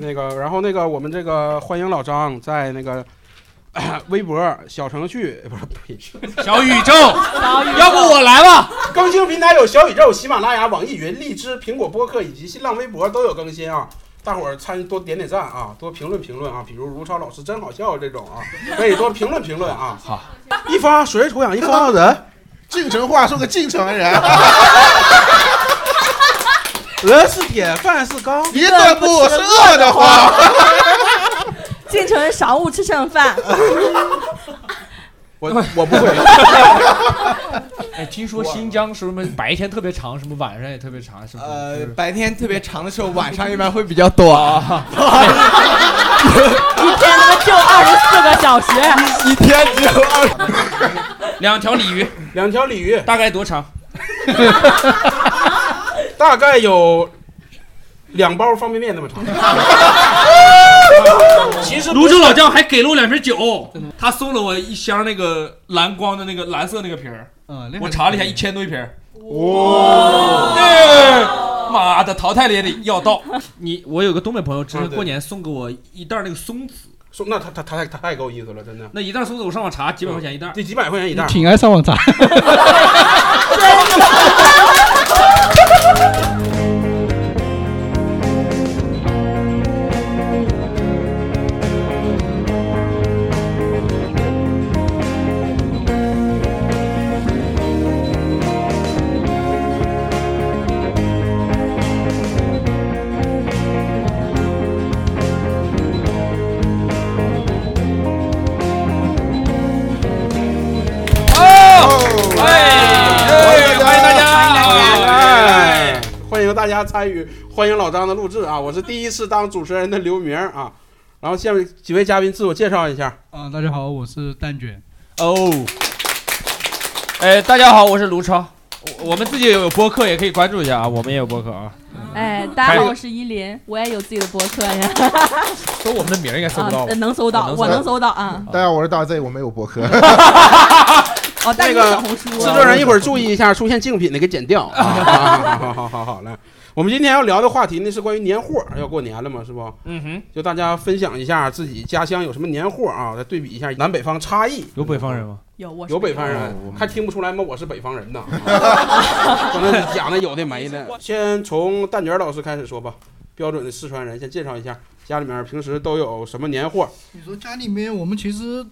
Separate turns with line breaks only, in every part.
那个，然后那个我们这个欢迎老张在那个。 呃微博、小程序 不是不是
小宇宙
小宇宙要不我
来吧。
更新平台有小宇宙、喜马拉雅、网易云、荔枝、苹果播客以及新浪微博都有更新啊！大伙儿参与多点点赞啊，多评论评论啊，比如如超老师真好笑这种啊，可以多评论评论啊。
好，
一发水 土养一方人，
晋城话说个晋城人，
哎
人是铁，饭是钢，
一顿不吃饿 得 慌。
进城少勿吃剩饭。
我我不会。
哎，听说新疆是不是白天特别长，什么晚上也特别长，什么？
呃，白天特别长的时候，晚上一般会比较短。
一天他妈就二十四个小时，
一天只有二，
两条鲤鱼，
两条鲤鱼
大概多长？
大概有两包方便面那么长。其实不
泸
是
州老窖还给了我两瓶酒，他送了我一箱那个蓝光的那个蓝色那个瓶儿，
嗯，那
我
很
查了一下，一千多一瓶儿。
哇，
对，妈的，淘汰了也得要到。你我有个东北朋友，之前
啊对
过年送给我一袋那个松子，
说那他他他太他太够意思了，真的，
那一袋松子我上网查几百块钱一袋，
这几百块钱一袋儿。
挺爱上网 查。
哦
哎，欢迎大家。
哎，欢迎大家参与，欢迎老张的录制啊！我是第一次当主持人的刘明儿啊。然后下面几位嘉宾自我介绍一下，
啊，大家好，我是蛋卷。
哦，
哎，大家好，我是卢超。我我们自己也有播客，也可以关注一下啊，我们也有播客啊。
哎，大家好，我是依林，我也有自己的博客呀，
搜我们的名儿应该搜
啊
不到吧，？
能搜到，我能搜到啊。
大家好，我是大 Z，我没有博客。
哦，但是
那个
小红书
制作人一会儿注意一下，出现竞品的给剪掉。 啊好好好好，来，我们今天要聊的话题呢是关于年货，要过年了嘛，是不？
嗯哼，
就大家分享一下自己家乡有什么年货啊，再对比一下南北方差异。
有北方人吗？
有我是
有北方
哦
人
我们
还听不出来吗？我是北方人 呐，可能讲的有的没的。先从蛋卷老师开始说吧，标准的四川人，先介绍一下家里面平时都有什么年货。
你说家里面我们其实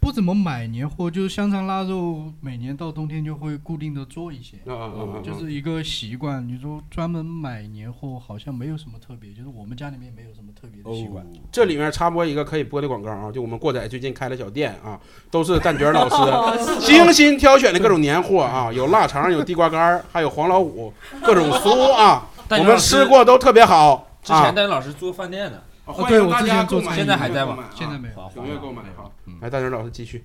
不怎么买年货，就是香肠腊肉，每年到冬天就会固定的做一些，
啊啊啊！啊
就是一个习惯。你说专门买年货好像没有什么特别，就是我们家里面没有什么特别的习惯。
哦这里面插播一个可以播的广告啊，就我们过载最近开了小店啊，都是蛋卷老师精心挑选的各种年货啊，有腊肠，有地瓜干儿，还有黄老五，各种酥 啊，
蛋卷
我们
老师
吃过都特别好。
之前
啊，
丹老师做饭店的，
啊
欢迎
我
大
之
家
前
购
做
买，
现在还在吗
啊
现在没有
华华
踊跃购买哈
嗯。
哎来，蛋卷老师继续。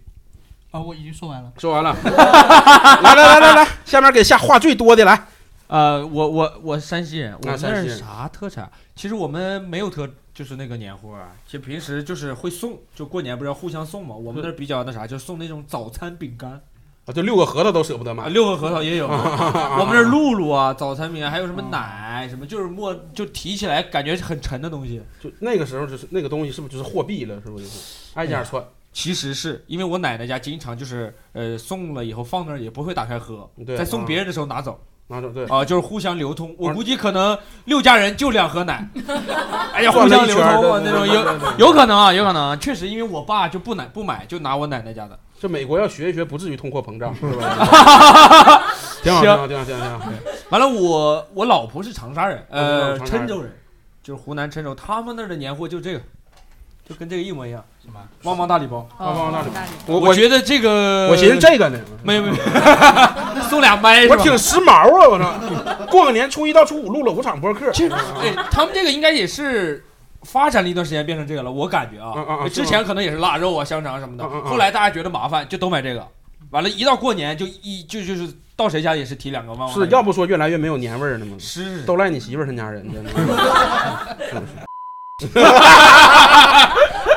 啊，我已经说完了。
说完了， 来来来来来，下面给下话最多的来，啊
呃，我我我山西人，我们那
山西
儿
人
啥特 产？其实我们没有特，就是那个年货啊，就平时就是会送，就过年不是要互相送嘛。我们那儿比较那啥，就送那种早餐饼干
啊，这六个核桃都舍不得
啊，
买，
六个核桃 也有。我们这儿露露啊，早餐饼干，还有什么奶什么，就是莫就提起来感觉很沉的东西。
就那个时候就是那个东西是不是就是货币了，是不是就是挨家窜？
哎其实是因为我奶奶家经常就是呃送了以后放那儿也不会打开喝，
对，
在送别
人
人的时候拿走
拿走，对，
啊、就是互相流通。我估计可能六家人就两盒奶，哎 呀，互
转了
相
一
流
圈儿
通啊
对
那种
对对
有
对对
有可能啊，有可能啊，确实因为我爸就不奶不买，就拿我奶奶家的。
这美国要学一学，不至于通 货膨胀，是吧？挺好，挺好，挺好，挺好，挺好。
完了我，我老婆是长沙人，
我
呃，
知道长沙人
郴州人，就是湖南郴州，他们那儿的年货就这个，就跟这个一模一样，
什么？
旺旺大礼包。
旺旺大礼包
包。
我
我
我
觉得这个，
我寻思这个呢，
没没没，送俩麦是吧
我挺时髦啊，我操！过个年初一到初五录了五场播客，
其实，对哎他们这个应该也是发展了一段时间变成这个了，我感觉啊，
嗯嗯嗯
之前可能也是腊肉啊、香肠什么的，
嗯嗯嗯
后来大家觉得麻烦，就都买这个。完了，一到过年就一就就是到谁家也是提两个旺旺的。
是要不说越来越没有年味儿了吗？
是
都赖你媳妇儿他家人，真的。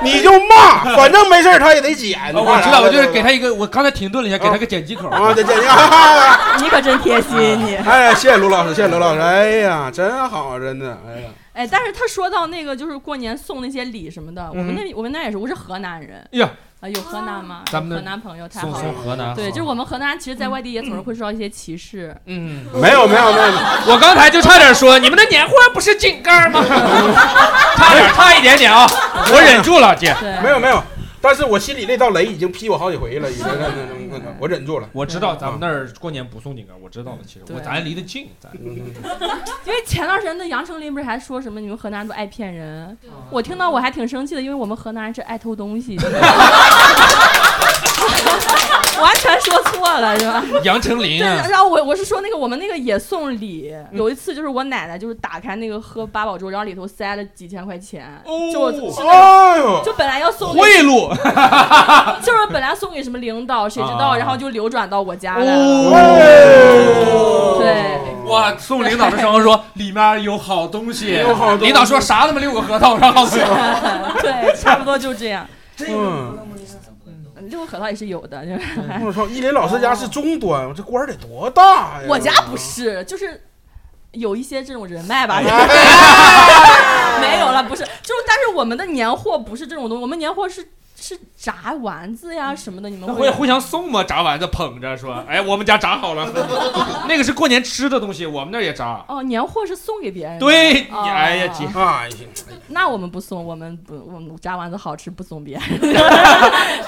你就骂，反正没事儿他也得剪。
啊
你骂
我知
啥
道，我就是给
他
他一个，我刚才停顿了一下，给他个剪辑口。
啊，得剪啊一个。
你可真贴心你。
哎，谢谢卢老师，谢谢卢老师。哎呀，真好，真的。哎呀，
哎，但是他说到那个就是过年送那些礼什么的，我们
嗯
那我们那也是，我是河南人。
呀，
啊，有河南吗？
咱们
有
的
河南朋友太
送
好
送
了。
河南，
对，就是我们河南，其实在外地也总是会受到一些歧视。
嗯，
没有没有没有，
我刚才就差点说你们的年货不是井盖 吗？差点，差一点点啊，我忍住了，姐。
对，
没有没有，但是我心里那道雷已经劈我好几回了，已经那 那那那那我忍住了。
我知道咱们那儿过年不送井盖，我知道的。其实我咱离得近，咱
嗯
因为前段时间的杨丞琳不是还说什么你们河南都爱骗人，我听到我还挺生气的，因为我们河南人是爱偷东西。 完全说错了是吧？
杨丞琳
对，
啊，
然后我我是说那个我们那个也送礼，有一次就是我奶奶就是打开那个喝八宝粥，然后里头塞了几千块钱，
哦
就就是那个
哎呦，
就本来要送给
贿赂，
就是本来送给什么领导，谁知道，
啊
然后就流转到我家来了。
哦
对，
哇！送领导的时候 说里面有好东西，
有好东西啊
领导说啥他妈六个核桃，然后
对，差不多就这样。
嗯，
这个核桃也是有的，就是
我操，依林老师家是终端，我这官儿得多
哎
大呀？
我家不是，就是有一些这种人脉
哎
吧。 没有了，不是，就是但是我们的年货不是这种东西，我们年货是是炸丸子呀什么的，你们
那
会
会互相送吗？炸丸子捧着 说，哎，我们家炸好了， 那个是过年吃的东西，我们那儿也炸。
哦，年货是送给别人的。
对，
哦
哎呀姐，
哎呀，
那我们不送，我们不，我们炸丸子好吃不送别人。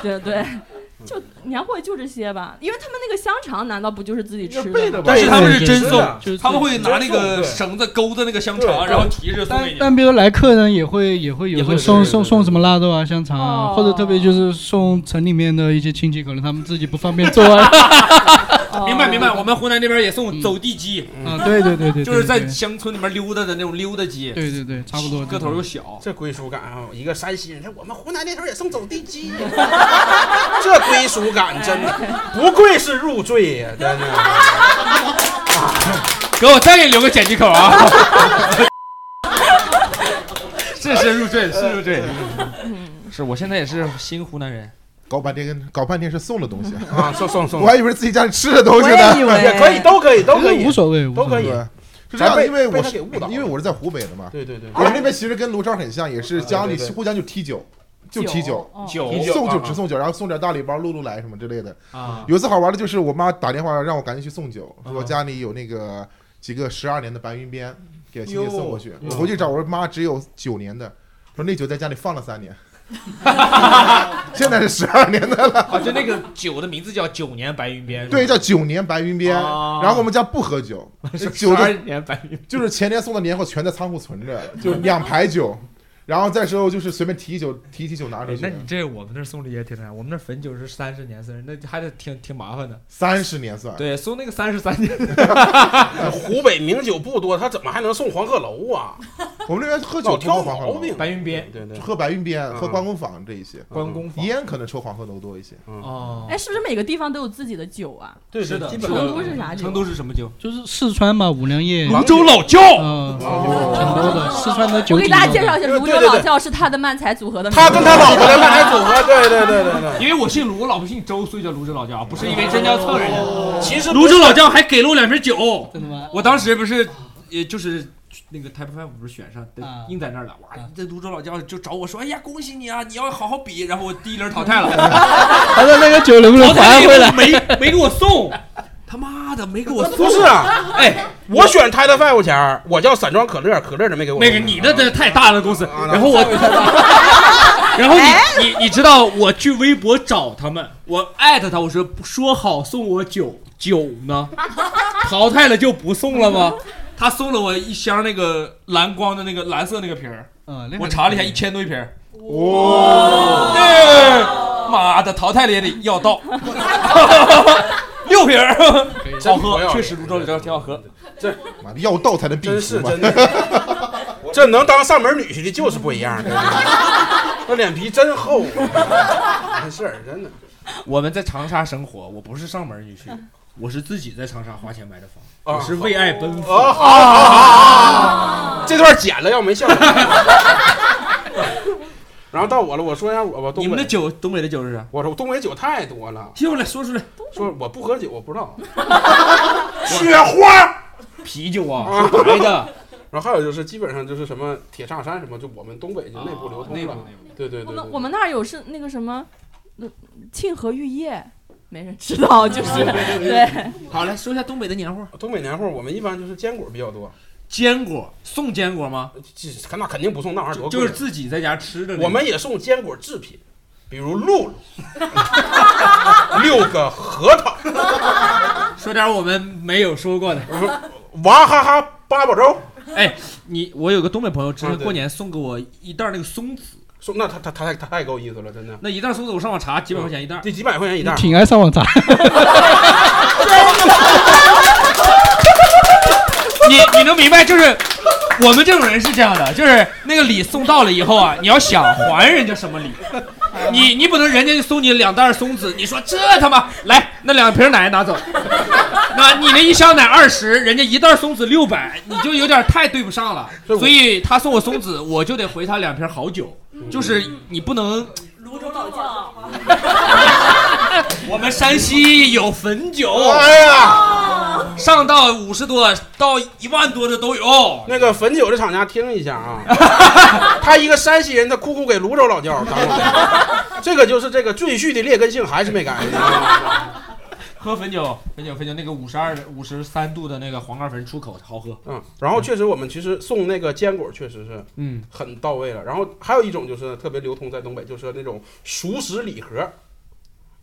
对对，
嗯
就年货就这些吧，因为他们那个香肠难道不就是自己吃的吗？
但是他们是真送，
就是
他们会拿那
真送
个
对
绳子勾的那个香
对
肠，然后提着送
但
给你。
但比如来客人也会也会有
也
时
会有对
候送
对
送
对
送什么腊肉啊、香肠
哦
啊，或者特别就是送城里面的一些亲戚，可能他们自己不方便做啊。
哦
明白明白，我们湖南那边也送
嗯
走地鸡，
啊，对对对对，
就是在
对
乡村里面溜达的那种溜达鸡，
对对对，差不多
个头又小。
这归属感啊！一个山西人，我们湖南那头也送走地 鸡，这归属感真的不愧是入赘呀，真的。
给我再给你留个 剪辑口啊！是是入赘，是入赘。
嗯
是我现在也是新湖南人，
搞半天，搞半天是送的东西，
啊，送送送
我，还以为自己家里吃的东
我
西
也以
呢。
为
也可以，都可以，都可
其
以
实无。所谓，无所
都可
谓
以
对，是这样的，因为
被
我
他
是
给误导了
因为我是在湖北的嘛，
对对对，
我们那边其实跟卢超很像，也是家里
对对对
互相就踢酒，就踢酒，
哦
酒
送酒
啊
只送酒，然后送点大礼包、露露来什么之类的。
啊，
有一次好玩的就是我妈打电话让我赶紧去送酒，说
啊
家里有那个几个十二年的白云鞭给亲
哟
戚送过去。我回去找我说妈只有九年的，说那酒在家里放了三 年，现在是十二年的了。
啊，就那个酒的名字叫九年白云鞭，
对，叫九年白云鞭。
啊
然后我们家不喝 酒，
九
酒的
年白云，
就是前年送的年货全在仓库存着，就两排酒。然后再时候就是随便提一酒，提一提酒拿出去
哎那，你这我们那儿送礼也挺难，我们那儿汾酒是三十年生，那还得挺挺麻烦的。
三十年算。
对，送那个三十三年，
湖北名酒不多，他怎么还能送黄鹤楼啊？
我们这边喝酒
老
不喝
挑
黄鹤
毛
楼，
病。
白云鞭、
对对，
喝白云鞭、喝
嗯
关公坊这一些，
关公坊
延安可能抽黄鹤楼多一些。
哦
哎，，是不是每个地方都有自己的酒啊？
对
是的
基
是
本
成
上
都是啥酒？啊
成都是什么酒？
就是四川嘛，五粮液，
郎
嗯，
州哦
老窖，
挺多的，四川的酒
我给
挺多
大
的。
家介绍一下，
对对
泸州
对
老
对
窖是他的漫才组合的名字。
他跟他老婆的漫才组合， 对对对对对。
因为我姓卢，我老婆姓周，所以叫泸州老窖，不是因为真叫蹭人家。
哦其实
泸州老窖还给了我两瓶酒，
真的吗？
我当时不是，也就是。那个 Type Five 不是选上
啊
印在那儿了，哇
啊！
这泸州老窖就找我说：“哎呀，恭喜你啊，你要好好比。”然后我第一轮淘汰了，
他说那个酒能不
淘
能
汰
还
了
回
以
来
后？没没给我送，他妈的没给我送
不，是啊，
哎，
我选 t i t Five 前儿，我叫散装可乐，可乐都没给我。
那个你的
对
这太大了公司，然后我， 然后你你你知道我去微博找他们，我艾特他，我说说好送我酒酒呢，淘汰了就不送了吗？他送了我一箱那个蓝光的那个蓝色那个瓶儿，
嗯，那个
我查了一下，一千多一瓶儿。哇、妈的，淘汰了也得要到，六瓶儿，好喝，确实泸州这挺好喝。
妈的，要到才能避
真
除
是
嘛。
真的， 这能当上门女婿的就是不一样，真的这脸皮真厚，啊没事儿，真的。
我们在长沙生活，我不是上门女婿，我是自己在长沙花钱买的房，
啊
我是为爱奔赴。
啊，好好好好啊好，这段剪了，要没效果。然后到我了，我说一下我吧，
你
东
们的
北。
酒，东北的酒是啥？
我说东北酒太多了，
接过来说出来，
说我 不喝酒，我不知道。雪花啊
啤酒啊，白的，
然后还有就是基本上就是什么铁栅栏什么，就我们东北就内部流通
哦内部
了。
内部
对对对
我
对
们我们那儿有是那个什么，呃沁河玉液，没人知道，就是
啊
对，
好，来说一下东北的年货，
东北年货，我们一般就是坚果比较多，
坚果送坚果吗？
这这那肯定不送那玩意儿多
就
贵。
是自己在家吃的那种。
我们也送坚果制品，比如露露，六个核桃，
说点我们没有说过的。
娃哈哈八宝粥。
哎，你我有个东北朋友，之
啊
前
对
过年送给我一袋那个松子，
送那他他他太他太够意思了，真的，
那一袋松子我上网查几百块钱一袋，
这嗯几百块钱一袋儿，
挺爱上网查，
你你能明白，就是我们这种人是这样的，就是那个礼送到了以后啊，你要想还人家什么礼，你你不能人家就送你两袋松子，你说这他妈来那两瓶奶拿走， 那你那一箱奶二十，人家一袋松子六百，你就有点太对不上了。
这我
所以他送我松子，我就得回他两瓶好酒，就是你不能。
泸州老窖，
我们山西有汾酒，
哎呀，
上到五十多到一万多的都有。
那个汾酒的厂家听一下 啊，他一个山西人，他哭哭给泸州老窖当 了，这个就是这个赘婿的劣根性还是没改，你知道吗
喝汾酒，汾酒，汾酒，那个五十二、五十三度的那个黄盖汾出口好喝。
嗯，然后确实我们其实送那个坚果确实是
嗯，
很到位了，然后还有一种就是特别流通在东北，就是那种熟食礼盒，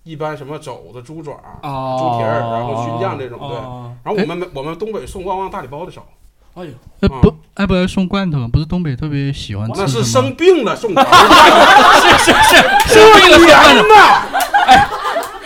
一般什么肘子、猪爪，
哦
猪蹄儿然后熏酱这种对
哦
然后我们我们东北送旺旺大礼包的少，
哎呦，
呃不，爱不爱送罐头？不是东北特别喜欢
嗯哦那
吃
是
什么？
生病了送的，
是是是，生病了送
过
罐头
年，呢，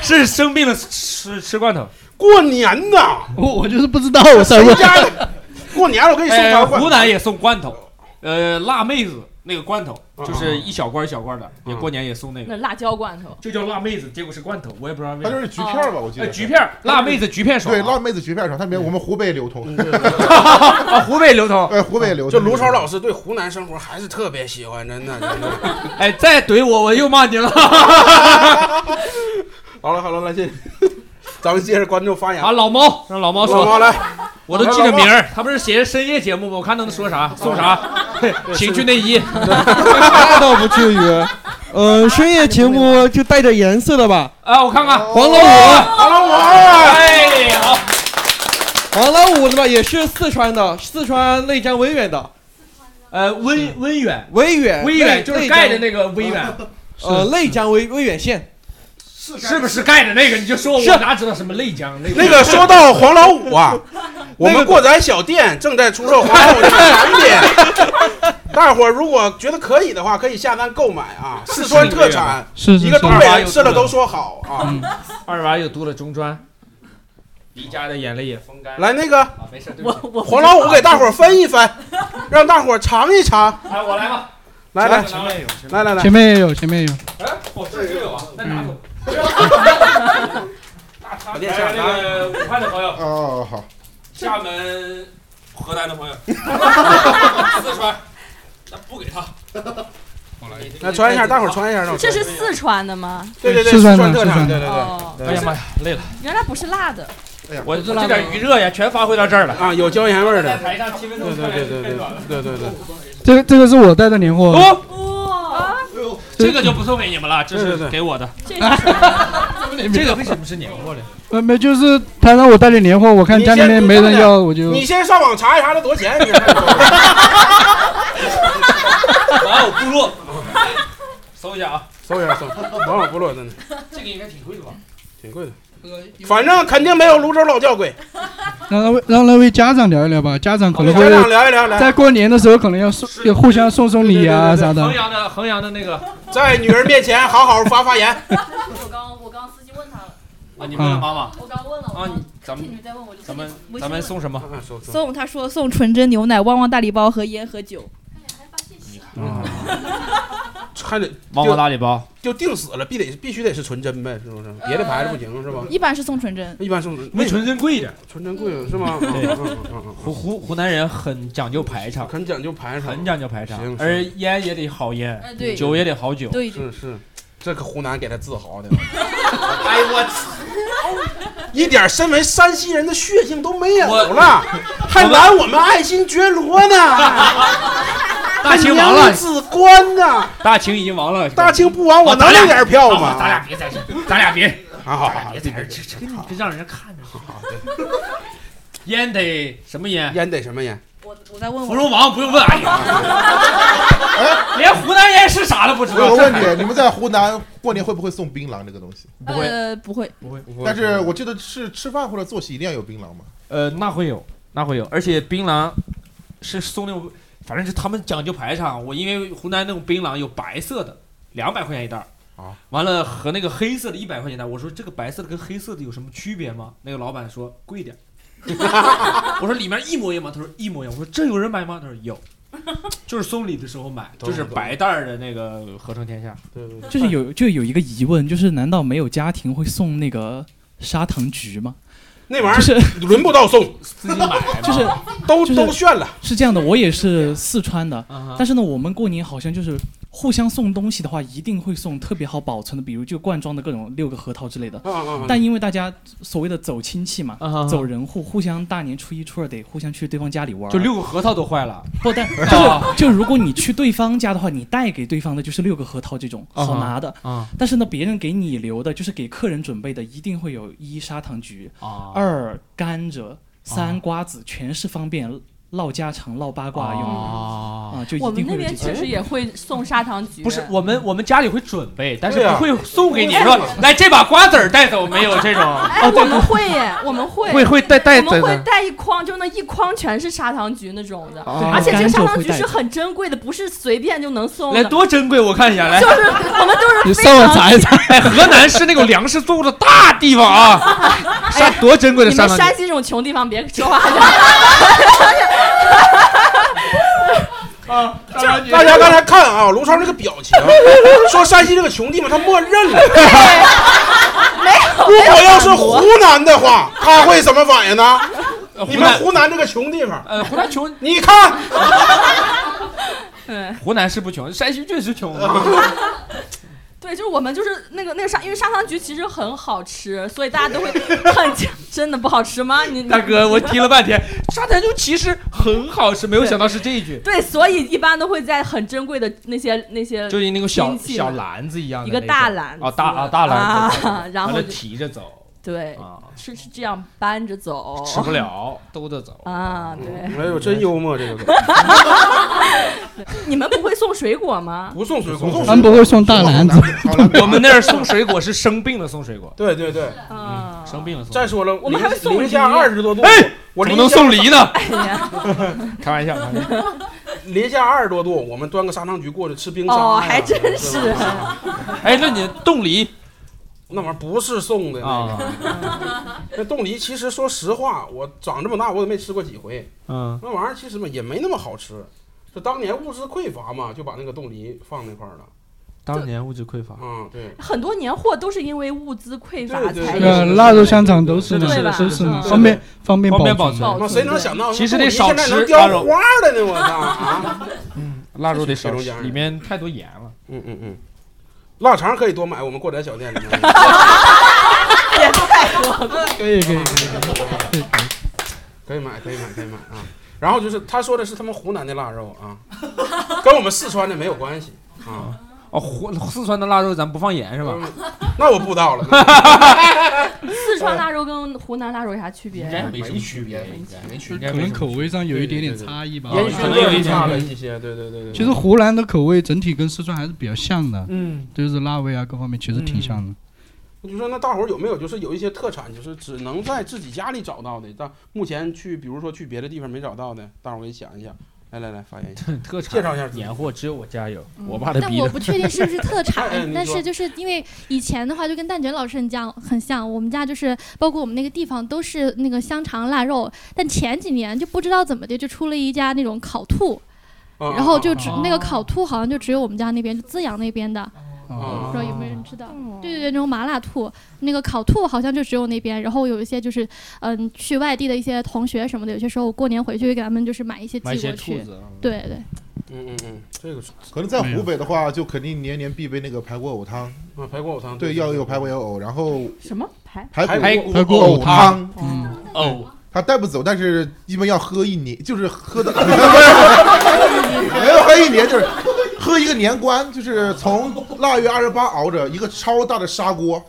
是生病了吃吃罐头。
过年呢，
我我就是不知道，我才
谁
问。
家的？过年了我给你送
哎，
糖罐
湖南也送罐头，呃，辣妹子那个罐头
啊
就是一小罐一小罐的，也
嗯
过年也送那个，
那辣椒罐头，
就叫辣妹子，结果是罐头，我也不知道为
它
啥
就。是橘片儿吧，我记
哎，
得。
橘片儿，辣妹子橘片爽啊，嗯
对，辣妹子橘片儿爽，它里面我们湖北流
嗯
通，
啊，湖北刘总，
呃，湖北流
就
通。
卢超老师对湖南生活还是特别喜欢，真的。真的
哎，再怼我我又骂你了。
好了好了，来接，咱们接着观众发言
啊，。老猫让老猫
老
说，
猫来，
我都记着名儿，他不是写着深夜节目吗？我看他能说
哦
啥，送啥， 情趣内衣。
那倒不至于。 嗯，深夜节目就带点颜色的吧。
啊，我看看
黄老五，
好了我，
哎，好，
黄老五的吧，也是四川的，四川内江威远的，
呃，温温远，
威远，
威远就是盖的
的，
那个威远，
呃，内江威威远县。
是不是盖的那个？你就说我
是
哪知道什么内江那
那个说到黄老五啊， 我们过载小店正在出售黄老五的产品， 大伙儿如果觉得可以的话，可以下单购买啊，四川特产，
是是
一
是
个，东北人吃了都说好
嗯
嗯
啊。
二娃又读了中专，离家的眼泪也风干。
来，那个
啊，没事，对不
我
起，
我
黄老五给大伙儿分一分，让大伙儿尝一尝。
哎，我来吧，
来来
前面有，前面
来来来，
前面也有，前面也有。
有哎，我这就有啊，再拿
哎
走。
把电下
来，那
拿
个武汉的朋 友，
哦，好，
厦门、河南的 朋友，四川，那不给他。
来穿一下，大伙儿
啊
穿一下，让我
这是
穿
四川的吗？
对对对，
四川的
特
四
产，
川
对
的
对对。
哦，
哎呀妈呀，累了，
原来不是辣的，
我这点余热呀，全发挥到这儿了。
啊，有椒盐味儿的，
台上七分
对对对对对对对对，
这个这个是我带的年货，
哦，
哇，
这个就不送给你们了，这
对对
是
对
给我的。
这是
这个为什么是年货嘞？
呃没就是他让我带点年货，我看家里面没人要，啊我就
你先上网查一查这多少钱，你看
玩偶部落，搜一下啊，
搜一下搜，王老部落真的
这个应该挺贵的吧？
挺贵的，
呃
反正肯定没有泸州老窖贵。
让那位让那位家长聊一聊吧，家长可
跟
能
家长
会
聊一聊，来，
在过年的时候可能要送要互相送送礼啊
对对对对对
啥
衡
的。
阳的衡阳的那个啊，
在女人面前好好 发发言。
我刚我刚司机问他了，
啊你问了妈妈
我刚问了，
啊，
我
你
刚
咱
听
们
你在问我就
咱们咱们送什么？
嗯
送他说送纯甄牛奶、旺旺大礼包和烟和酒，
还得
旺旺大礼包，
就定死了，必得必须得是纯真呗，是不是？别的牌子不行是吧？
一般是送纯甄。
一般是
呃为纯真贵一点。
纯真贵是 吗？嗯
湖湖湖南人很讲究排场，
很讲究排场
很，讲究排场
行，
而烟也得好烟，
哎，对
酒也得好酒。
对，
是是，这可湖南给他自豪的。
哎我操！
一点身为山西人的血性都没有了，还拦我们爱新觉罗呢，
大
还
清亡了
娘子关呢，
大清已经亡了，
大清不亡，我能领点票吗？
咱俩别在这，咱俩别，
好好好，
别在
这
这儿，
这
这这这让人家看着。烟得什么烟？
烟得什么烟？
我我在问
芙
我
蓉王不用问，哎 呀，连湖南烟是啥都不知
我有
道。
个问题，你们在湖南过年会不会送槟榔这个东西？
不会
呃，不会，
但是我记得是吃饭或者坐席一定要有槟榔嘛。
呃，那会有，那会有，而且槟榔是送那种，反正是他们讲究排场。我因为湖南那种槟榔有白色的，两百块钱一袋儿
啊，
完了和那个黑色的一百块钱一袋儿。我说这个白色的跟黑色的有什么区别吗？那个老板说贵点儿。 我说里面一模一样吗？他说一模一样。我说这有人买吗？他说有，就是送礼的时候买，
懂
就是
懂
白袋儿的那个合成天下。
对对对
就是有就有一个疑问，就是难道没有家庭会送那个砂糖橘吗？
那玩
就
意
是
儿轮不到送，
自己买嘛，
就是
都
就是
都炫了。
是这样的，我也是四川的，
啊哈
但是呢，我们过年好像就是互相送东西的话，一定会送特别好保存的，比如就罐装的各种六个核桃之类的。
嗯嗯嗯，
但因为大家所谓的走亲戚嘛，
啊哈
走人户，互相大年初一、初二得互相去对方家里玩儿。
就六个核桃都坏了。啊
不，但 就是就如果你去对方家的话，你带给对方的就是六个核桃这种
啊哈
好拿的。
啊
但是呢，别人给你留的，就是给客人准备的，一定会有一砂糖橘，
啊
二甘蔗，三瓜子，全是方便唠家常、唠八卦用的
啊
啊，就一
我们
定
那
会有
边
这
其
些。
实也会送砂糖橘，
不是，我们我们家里会准备，但是
对
不
啊
会送给你
不会
说
送
来这把瓜子儿带走，没有这种。
哎，我们会耶，我们会，
会带带
我们会带一筐，就那一筐全是砂糖橘那种的，
对
而且这个
甘
砂
蔗
糖
会
橘
带
是
走
很珍贵的，不是随便就能送
来
的。
多珍贵，我看一下来
就。是我们都
你
是非
上网
常，
查一查，
哎，河南是那个粮食作物的大地方啊，山多珍贵的
哎你
山
们
呢。
山西这种穷地方别说话，
大家刚才看啊，卢超这个表情，说山西这个穷地方，他默认了。如果要是湖南的话，他会什么反应呢？
呃
你
湖
们
南
湖南这个穷地方，
呃湖南穷，
你看，
嗯，
湖南是不穷，山西确 实穷。
对，就是我们就是那个那个砂，因为砂糖橘其实很好吃，所以大家都会很 真的不好吃吗？你你
大哥，我听了半天，沙滩就其实很好吃，没有想到是这一句，
对，所以一般都会在很珍贵的那些那些
就是那个小
亲戚
小篮子一样的
一
那
个
种
大篮子
哦大啊大篮子，
啊， 然
完
后
了
就
提 着走
对，
啊，
是是这样搬着走
吃不了，兜着走。
啊，对，
哎呦，真幽默，这个
你们不会送水果吗？
不送水果，不
不
咱
送
不会送大篮子，
好了，
我们那儿送水果是生病了送水果，嗯
对对对，
啊，
生病了送水果。
再说了，
我们还会送
零
梨
下二十多度，
哎
我
怎
零
么能
下
送梨呢？
哎呀
开玩笑，开玩 笑。
零下二十多度，我们端个砂糖橘过去吃冰沙呀。
哦，还真是啊
吧。
哎，那你冻梨
那玩意儿不是送的那
啊
个，？那冻梨其实说实话，我长这么大我也没吃过几回，
嗯，
那玩意儿其实嘛也没那么好吃。就当年物资匮乏嘛，就把那个冻梨放那块儿了。
当年物质匮乏，
啊、对，
很多年货都是因为物资匮乏
对对
才
对
呃，腊肉 香肠都是
是
呢
的是的，
是
都
的
是呢，
是的
方便方便
方便
保
保
存。
存
那
保
谁
存
能
的。
想到
其实
冻
得
梨
少
现在能
吃
雕
腊肉
花了呢？我 操啊！
腊肉得
这
少
是
吃
这，种
里面太多盐了。
嗯嗯嗯，腊肠可以多买，我们过载小店 里面。
哎
可以可以，
可以买，可以买，可以买啊！然后就是他说的是他们湖南的腊肉啊，跟我们四川的没有关系啊。
哦，湖四川的腊肉咱不放盐是吧？
那我不知道了，
四川腊肉跟湖南腊肉有啥区别？
没什么区别，没
就
区
是
别
可能口味上有一点点差异吧。
烟
可
熏
能有
味
一点
差了一些，对对对对。
其实湖南的口味整体跟四川还是比较像的，
嗯，
就是辣味啊各方面其实挺像的。
我就说那大伙儿有没有就是有一些特产，就是只能在自己家里找到的，但目前去比如说去别的地方没找到的，大伙儿给想一想。来来来，发言一下，
特产
介绍一下自己
年货，只有我家有，
嗯
我爸的
但
逼
我
的。
不确定是不是特
哎哎
产
你，
但
说
是就是因为以前的话，就跟蛋卷老师很像，很像。我们家就是包括我们那个地方都是那个香肠腊肉，但前几年就不知道怎么的就出了一家那种烤兔，
啊
然后就只
哦
那个烤兔好像就只有我们家那边，就资阳那边的，
哦
不知道有没有人知道。
哦
对
对
对对，那种麻辣兔，那个烤兔好像就只有那边。然后有一些就是，嗯，去外地的一些同学什么的，有些时候我过年回去给他们就是买一些
买
寄
一些
过
兔
去。
子啊，
对对，
嗯嗯嗯，这个是
可能在湖北的话，就肯定年年必备那个排骨藕汤。
啊，排骨藕汤
对，
对
要有排骨有藕，然后
什么排哦
排
排
骨
骨排骨
藕
藕
汤
汤，哦
嗯，
藕。
他带不走，但是一般要喝一年，就是 喝的没有喝一年，就是喝一个年关，就是从腊月二十八熬着一个超大的砂锅，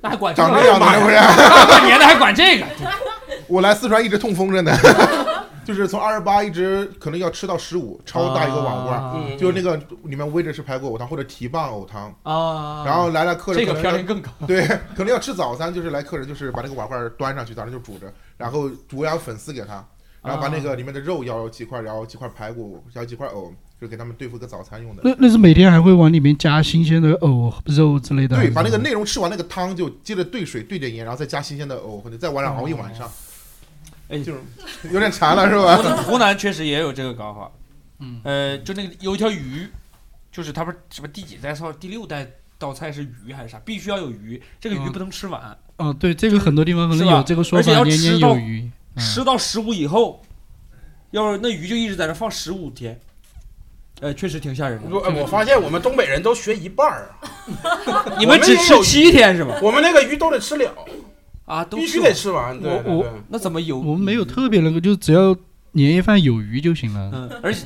那还管
长这样的是不是？
过年的还管这个？
我来四川一直痛风着呢， 就是从二十八一直可能要吃到十五，超大一个瓦
啊
罐，
嗯
就是那个里面煨着是排骨藕汤或者蹄膀藕汤
啊
然后来了客人
这个
可能
嘌呤更高
对，可能要吃早餐，就是来客人就是把那个瓦罐端上去，早上就煮着，然后煮点粉丝给他，然后把
啊
那个里面的肉舀几块，然后几块排骨，舀几块藕，就给他们对付个早餐用的。
那那是每天还会往里面加新鲜的藕、肉之类的。
对，把那个内容吃完，那个汤就接着兑水兑点盐，然后再加新鲜的藕，或者再往上熬一晚
哦
上。
哎，
就是有点馋了是吧
湖南湖南确实也有这个搞法，嗯，呃，就那个有一条鱼，就是他不是什么第几代菜，第六代道菜是鱼还是啥，必须要有鱼，这个鱼
嗯
不能吃完，
哦，对，这个很多地方可
是
能
吧
有这个说
而且
法，
要
年年
吃到
有嗯余。
吃到十五以后，要是那鱼就一直在那放十五天，呃，确实挺吓人的。
哎我我发现我们东北人都学一半儿
，
啊
你们只吃七天是吧
我们那个鱼都得吃了
啊，
必须得吃完。对对
我
对
我
那怎么有？
我们没有特别那个，就只要年夜饭有余就行了。
嗯，而且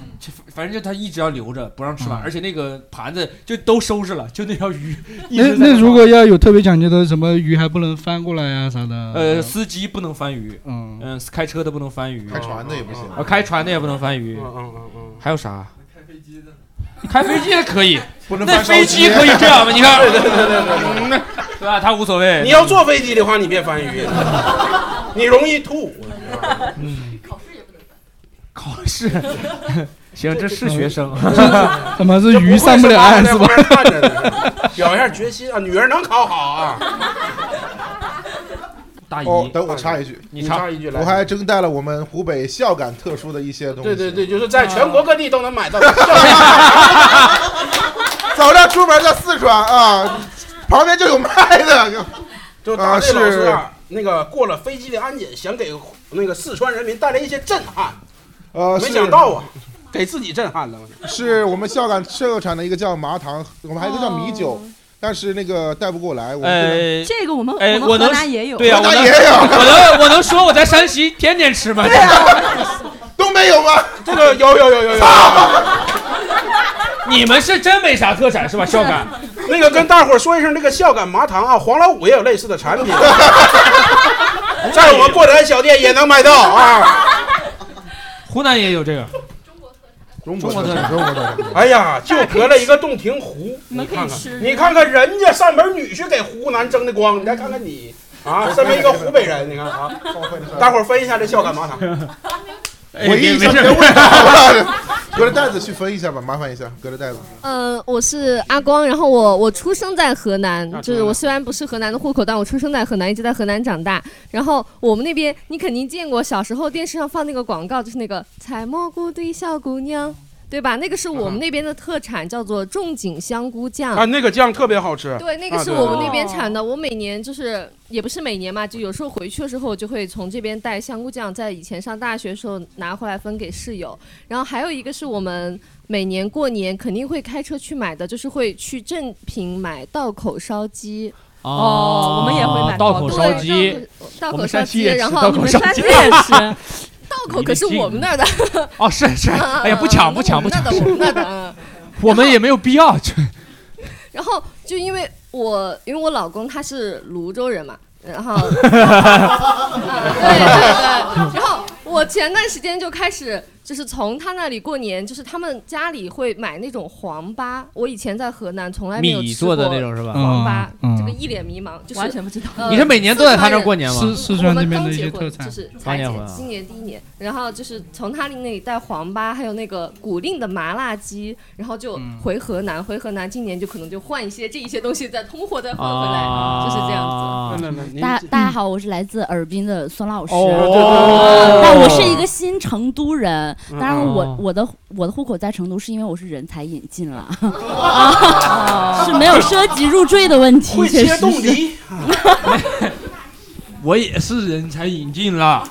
反正就他一直要留着，不让吃完，而且那个盘子就都收拾了，就那条鱼一
那
直在
那
放
如果要有特别讲究的，什么鱼还不能翻过来啊啥的。
呃，司机不能翻鱼，
嗯，
开车的不能翻鱼，
开船的也不行
啊，开船的也不能翻鱼，
嗯嗯嗯嗯，
还有啥？开飞机的可以，
不能
那
翻烧
飞
鸡
机可以这样吗？你看，
对对对对对对
嗯那对吧？他无所谓。
你要坐飞机的话，你别翻鱼，你容易吐。
嗯考 试，行，这是学生
怎么是鱼上不了岸 是吧？
表一下决心啊，女儿能考好 啊。
大
哦，等我插一句，
你插一句来
我还真带了我们湖北孝感特殊的一些东西。啊
对对对，就是在全国各地都能买到。
早上出门在四川啊，旁边就有卖的。
就大
啊
卫老师
是
啊，那个过了飞机的安检，想给那个四川人民带来一些震撼。
呃，
没
是
想到啊，给自己震撼了。
是我们孝感盛产的一个叫麻糖，我们还有一个叫米酒，但是那个带不过来。我
呃，
这个我们
哎，
我们
我能
河南也有
对呀，
河
我
南
能
也有
我能我能说我在山西天天吃吗？对
东北有吗？
这个有有有有有。
你们是真没啥特产是吧？孝感，
那个跟大伙儿说一声，这个孝感麻糖啊，黄老五也有类似的产 品，在我们过来小店也能买到啊。
湖南也有这个。
中
国
特产中国特产
哎呀，就隔了一个洞庭湖，你看看，你看看人家上门女婿给湖南争的光，你再看看你啊，身为一个湖北人，你看啊，大伙儿分一下这孝感麻糖。
回忆一下
哎没事
别问 了，隔着袋子去分一下吧，麻烦一下，隔着袋子。
嗯，我是阿光，然后我我出生在河南，
啊
就是我虽然不是河南的户口，但我出生在河南，一直在河南长大。然后我们那边你肯定见过，小时候电视上放那个广告，就是那个采蘑菇的小姑娘，对吧？那个是我们那边的特产，叫做仲景香菇酱。
啊啊，那个酱特别好吃。啊
对，那个是我们那边产
哦
的。我每年就是也不是每年嘛，就有时候回去的时候，我就会从这边带香菇酱，在以前上大学的时候拿回来分给室友。然后还有一个是我们每年过年肯定会开车去买的，就是会去正品买道口烧鸡。
哦我们也会买道口烧鸡
对道口道
我
口
们
烧
山西
鸡，
也吃
然后
道口
你们
烧
山西
鸡
也吃， 道口可是我们那儿的。嗯
哦， 是是，哎呀，不抢不抢不抢
啊那，的我们那 的。嗯
我们也没有必 要。就
然后就因为我因为我老公他是泸州人嘛，然 后，啊对对对，然后我前段时间就开始就是从他那里过年，就是他们家里会买那种黄粑，我以前在河南从来没有
米
吃
做
过
的那种是吧
黄粑，
嗯嗯
这个一脸迷茫，就是
完全不知道
呃
你是每年都在他那儿过年吗
四川人
四四川
我们
那边的
刚
一些
结婚
特产
就是
刚
才
结
结
婚啊
今年第一年，然后就是从他那里带黄粑，还有那个古令的麻辣鸡，然后就回河南，回河南今年就可能就换一些这一些东西再通货再换回来，
啊
就是这样子。
大大家好，我是来自尔滨的孙老师。
哦对对对
嗯但我是
哦
一个新成都人，
嗯
当然
哦
我我的我的户口在成都，是因为我是人才引进了，啊是没有涉及入赘的问题。
会
确实
切冻
是
梨，
我也是人才引进了，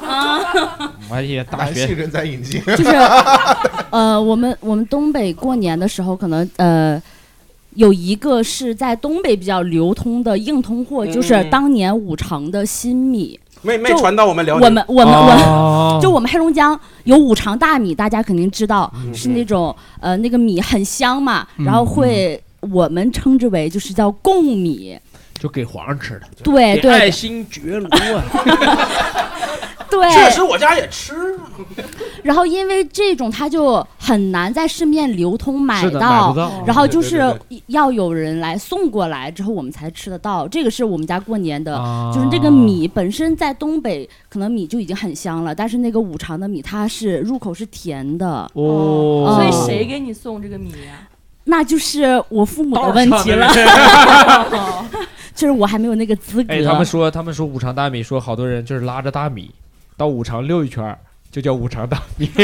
我也大
男
学
性人才引进，
就是
呃，我们我们东北过年的时候，可能呃有一个是在东北比较流通的硬通货，就是
嗯
当年五常的新米。
没没
就
传到我们辽宁
我们我们
哦
我， 就我们黑龙江有五常大米，大家肯定知道，
嗯
是那种呃那个米很香嘛，然后会我们称之为就是叫贡米，
就给皇上吃的，
对
给
对
爱新觉罗啊，
对，
确实我家也吃啊。
然后因为这种它就很难在市面流通买
是的买不到
然后就
哦对
是
对
要有人来送过来之后我们才吃得到。这个是我们家过年的，
啊
就是这个米本身在东北可能米就已经很香了，但是那个五常的米它是入口是甜的
哦
所以
嗯
谁给你送这个米呀、
那就是我父母的问题了
道上的，
就是我还没有那个资格。
哎，他们说他们说五常大米，说好多人就是拉着大米到五常溜一圈儿，就叫五常大米。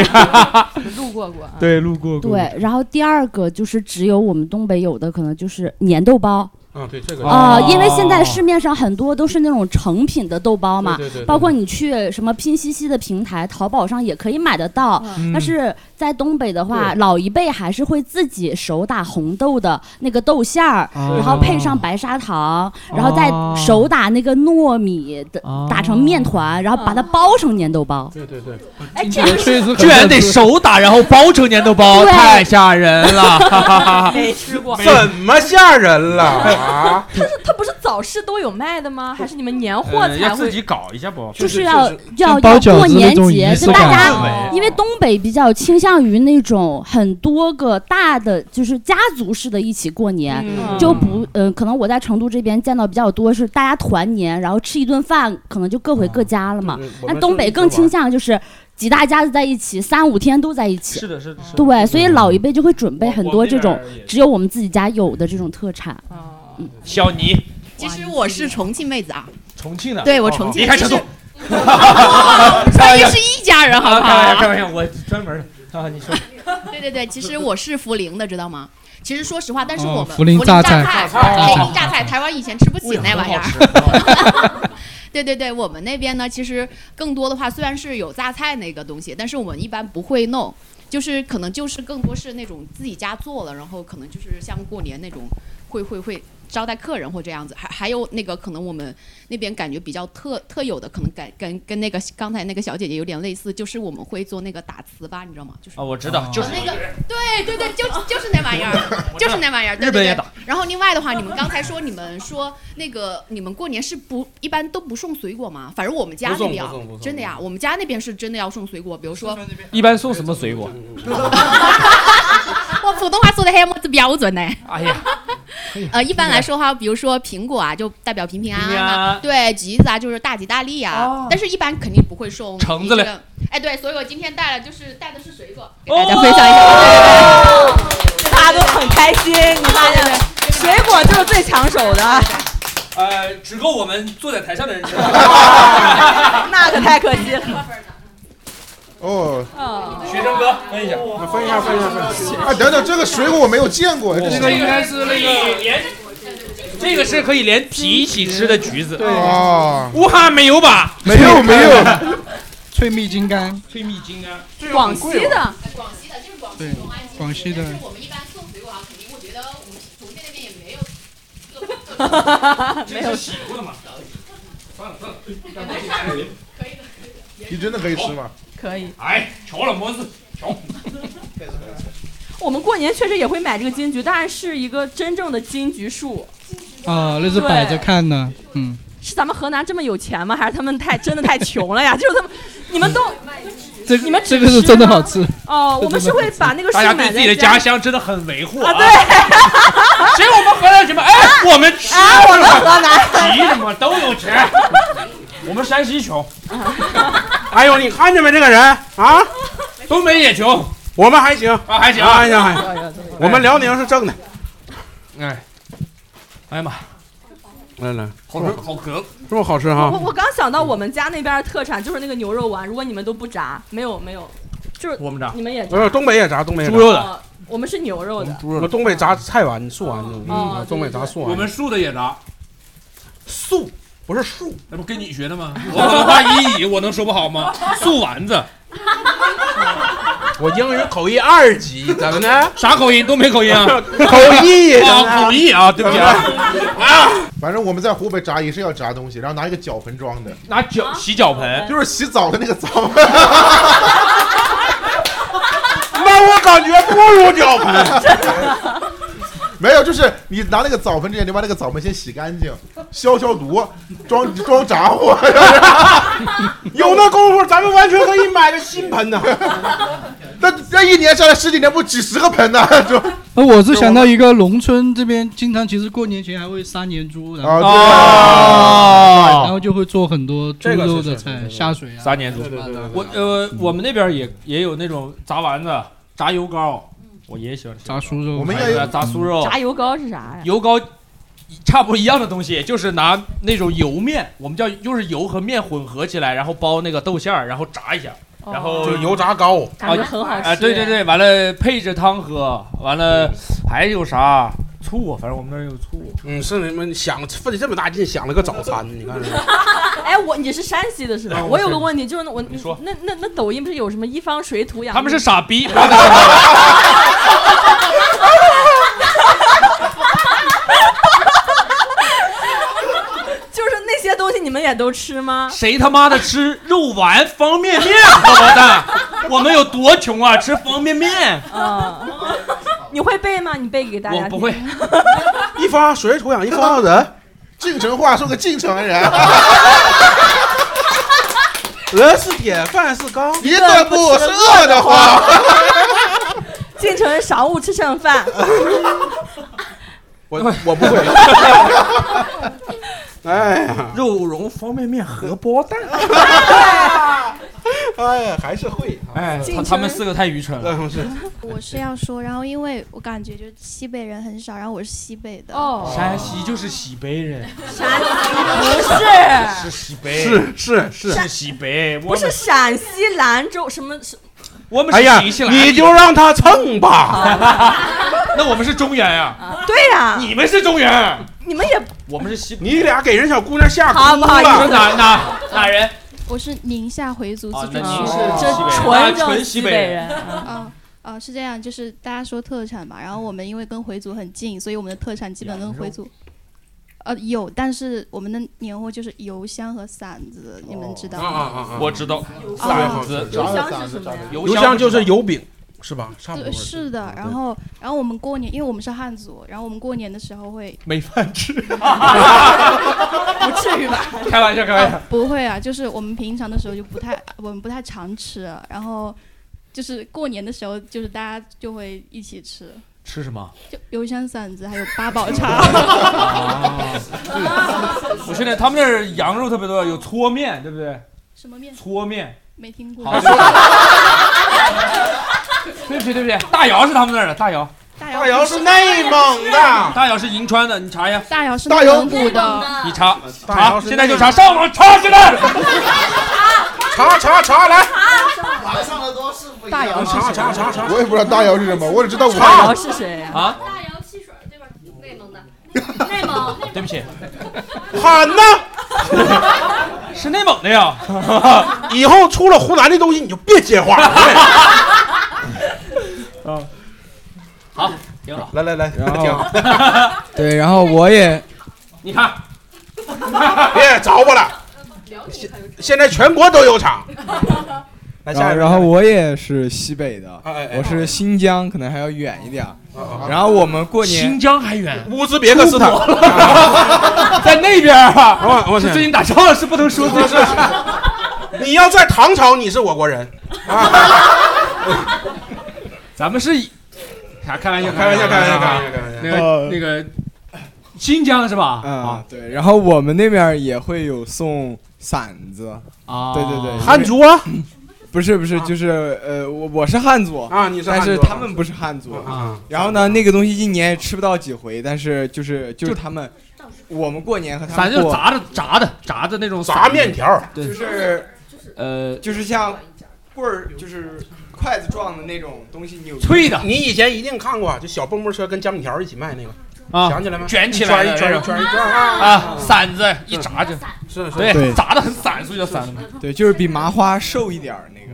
路过啊过
对，路过过。
对，然后第二个就是只有我们东北有的，可能就是粘豆包。
啊，对这个
啊、因为现在市面上很多都是那种成品的豆包嘛，
对对对对
包括你去什么拼夕夕的平台、淘宝上也可以买得到。
嗯
但是在东北的话，
对
老一辈还是会自己手打红豆的那个豆馅儿，
哦
然后配上白砂糖，然后再手打那个糯米的、
哦
打成面团，然后把它
嗯
包成粘豆包。
对对对，
哎，这
个是
居然得手打，然后包成粘豆包，
对
太吓人了，哈哈 哈
哎
没吃过
怎么吓人了啊？
它它不是早市都有卖的吗？还是你们年
呃
货
嗯
才
要
会？
自己搞一下不？
就是要要
包
要
饺
过
子
年
那种
节，
仪
就
式
大
感
家
氛围
因为东北比较倾向于那种很多个大的，就是家族式的一起过年，
嗯
就不呃，可能我在成都这边见到比较多是大家团年，然后吃一顿饭，可能就各回各家了嘛。
哦我
那、
们
东
是
北
一
更
块
倾向就是几大家子在一起，三五天都在一起。
是的是的是的嗯
对，所以老一辈就会准备很
我
多
们
这
这
种
儿也哦
只有我们自己家有的这种特产。
小尼，
其实我是重庆妹子啊，
重庆的，
对我啊
哦
重
哦
庆
离开成都啊
其实， 咱 们是一家人，好不好？
开玩笑，啊开玩笑，我专门的啊，你说
对对对，其实我是涪陵的，知道吗？其实说实话，但是我们
哦涪陵榨菜
榨
榨菜
涪陵榨菜，台湾以前吃不
哎
起
呀
那玩意
很好哦
儿。 对对对，我们那边呢，其实更多的话，虽然是有榨菜那个东西，但是我们一般不会弄，就是可能就是更多是那种自己家做了，然后可能就是像过年那种会会会招待客人或这样子，还还有那个可能我们那边感觉比较特特有的，可能感跟跟那个刚才那个小姐姐有点类似，就是我们会做那个打糍粑，你知道吗？就是
啊，我知
哦
道，就是
那个，对对对，就就是那玩意儿，就是那玩意儿。对
日本也
对对
打
然后另外的话，你们刚才说你们说那个你们过年是不一般都不送水果吗？反正我们家那边啊
不送不送不送
真的呀，我们家那边是真的要送水果，比如说
一般送什么水果？
啊我普通话说的还没子标准呢。
哎呀，
呃，一般来说哈，比如说苹果啊，就代表平平安安
平平安
啊
安哦
对，橘子啊，就是大吉大利啊。但是，一般肯定不会送
橙子嘞
一个。哎，对，所以我今天带了，就是带的是水果，给大家分享一下。
哦
大家都很开心，你发现没？水果就是最抢手的，
呃，只够我们坐在台上的人吃。
那可太可惜了。
哦，
学生哥，分一下，
分一下，分一下，分一下。
啊，等等，这个水果我没有见过，这
这
个
个应该是那个连，这个是可以连皮一起吃的橘子。对
哦，
武汉没有吧？
没有没有，
脆蜜金刚，
吹蜜金刚，
广西的，
呃广西的，这是广
哦对，广西的，
我们一般送水果啊，肯定我觉得我们重庆那边也没 有。
没有
洗过的嘛？算了算了，
你真的可以吃吗？
可以。
哎，瞧了么子，瞧。
我们过年确实也会买这个金桔，但是一个真正的金桔树，
啊，那是摆着看的，嗯，
是咱们河南这么有钱吗？还是他们太真的太穷了呀？ 就是他们，你们都
这
你们
个
只
这个是真的 好吃，
哦，我们是会把那个树
大家
买
对自
在
己的
家
家乡真的很维护啊！对，谁我 们河南什么？哎，我们吃，
啊我们河南
急什么都有吃。我们山西穷，
哎呦，你看见没这个人啊？
东北也穷，
我们还行
哦
啊
还行
还行还行。
嗯
我们辽宁是正的。
哎，哎呀妈，
来来，
好吃好咳。
是不是好吃
我
哈？
我刚想到我们家那边的特产就是那个牛肉丸，如果你们都不炸，没有没有，就是
我们炸
你们也
不呃是东北也炸，东北也炸
猪肉的
呃我们是牛肉的，
我嗯们东北炸菜丸、素丸子，
哦
嗯东北炸素丸。
我们树的也炸，
素不是树，
那不跟你学的吗？我文化一乙，我能说不好吗？素丸子，
我英语口译二级，怎么呢？
啥口音？东北口音啊
口 译
啊，口译啊，对不起啊，
反正我们在湖北炸也是要炸东西，然后拿一个脚盆装的，
拿脚洗脚盆，
就是洗澡的那个澡。
那我感觉不如脚盆。
没有，就是你拿那个澡盆之前，你把那个澡盆先洗干净，消消毒，装装炸火。
有那功夫，咱们完全可以买个新盆呢。
那那一年下来十几年，不几十个盆呢？就
呃，我是想到一个农村这边，经常其实过年前还会杀年猪，然后
啊对
哦
啊
然后就会做很多猪
这个是
肉的
是是
菜，
是
下水啊，
撒年猪。我呃，我们那边也也有那种炸丸子、炸油糕，我爷爷喜欢吃
嗯炸酥肉
我们
还
也
有
炸酥肉、
炸油糕是啥呀？
油糕差不多一样的东西，就是拿那种油面，我们叫就是油和面混合起来，然后包那个豆馅儿，然后炸一下，然后
就油
哦
炸糕
啊
感觉很好吃
啊，对对对，完了配着汤喝，完了还有啥醋，啊反正我们那儿有醋。
嗯，是你们想费这么大劲想了个早餐，你看是吧
哎，我你是山西的是吧？
啊
嗯
我
我有
是
个问题，就是我你那那那抖音不是有什么一方水土养
他们是
育
傻逼，
就是那些东西你们也都吃 吗？
谁他妈的吃肉丸方便面？他妈的，我们有多穷啊！吃方便面，
啊、你会背吗？你背给大家。
我不会。
一方水土养一方人，
晋城话说个晋城 人，
人是铁，饭是钢，
一顿不吃饿得慌。
进城少勿吃剩饭。
我我不会。 哎呀，
肉蓉方便面荷包蛋。
哎呀，还是会。
哎他他们四个太愚蠢了。
嗯是
我是要说，然后因为我感觉就是西北人很少，然后我是西北的
哦
山西就是西北人，
山西
是西北，
是是是
是西北，
不
我
是，不
们
是陕西兰州什么什
我们
哎呀
是新西，兰
你就让他蹭吧。
那我们是中原呀，
对呀、
你们是中原，
你们也
我们是西北。
你俩给人小姑娘吓哭
好不好意思啊
了。
哪哪哪人？
我是宁夏回族自治区
那您是
的，
这西北人纯正那纯西北人西北人
啊啊，是这样，就是大家说特产嘛，然后我们因为跟回族很近，所以我们的特产基本跟回族。呃，有，但是我们的年货就是油香和馓子，你们知道
哦
吗？
我知
哦
道，
啊
馓子，
油香是什么呀
油
香
香就是油饼，是吧？差不多
对，。是的。然后，然后我们过年，因为我们是汉族，然后我们过年的时候会
没 饭吃，
不
至于吧？
开玩笑，开玩笑。
不会啊，就是我们平常的时候就不太，我们不太常吃，然后就是过年的时候，就是大家就会一起吃，
吃什么？
就油香馓子，还有八宝茶。
我现在他们那儿羊肉特别多，有搓面，对不对？
什么面？
搓面。
没听过。
好对不起，对不起，大姚是他们那儿的，大姚。
大
大姚是内蒙的，
大姚是银川的，你查一下。
大姚是
大
内
姚
蒙古的，
你查
大姚
查，
是
现在就
内
查，
蒙
上网查去了。
查查查来，
晚上的都是不一 样。
大姚是啊
查查查查，
我也不知道大姚是什么，我只知道我
大姚是谁呀、
啊？
大姚汽水对吧？内蒙的，
内蒙
对不起，
喊呢。
是内蒙的呀。
以后出了湖南的东西，你就别接话了。
嗯，好，挺好。
来来来，
后
哦
挺好。
对，然后我也
哦 你看，
别找我了。现现在全国都有厂。 来
然
下
后，
一位
然后我也是西北的
哎，哎
我是新疆，可能还要远一点儿
啊啊。
然后我们过年，
新疆还远，
乌兹别克斯坦，
在那边啊。
我我
是最近打仗了，是不能说这
是是你要在唐朝，你是我国人。
咱们是啥？开玩笑，
开玩笑，开玩笑，开玩笑，开玩笑。
那个那个新疆是吧？
啊，对，然后我们那边儿也会有送馓子啊对对对，
汉族啊，
不是不是，就是呃，我我是汉族
啊你是汉
但
族
是他们不是汉族
啊。
然后呢，那个东西一年也吃不到几回，但是就是就是他们，我们过年和他
咱
们
就
过
炸的炸的炸的那种
炸面条，
对，
就是
呃，
就是像棍儿，就是筷子状的那种东西扭
脆的
你以前一定看过，就小蹦蹦车跟姜饼条一起卖那个，
啊
想起来吗？
卷起来的
一
那
圈一
种
圈一圈一圈
啊，馓子一炸就是
是
对，
对
炸的很散，所以叫馓子。
对，就是比麻花瘦一点儿那个。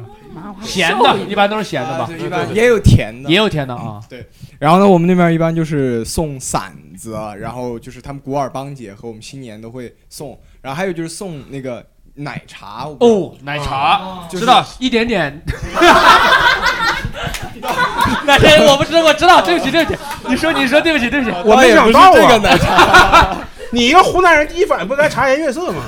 咸的，一般都是咸的吧？
啊一般也有甜的，嗯
也有甜的啊。
对，然后呢，我们那边一般就是送馓子，啊然后就是他们古尔邦节和我们新年都会送，然后还有就是送那个奶茶
哦，奶
啊
茶 知道一点点。奶茶我不知道，我知道，对不起，对不起，你说你说对不起，对不起，
我没想到
啊
啊
啊
这个奶
茶。 你一个湖南人，第一反应不该茶颜悦色吗？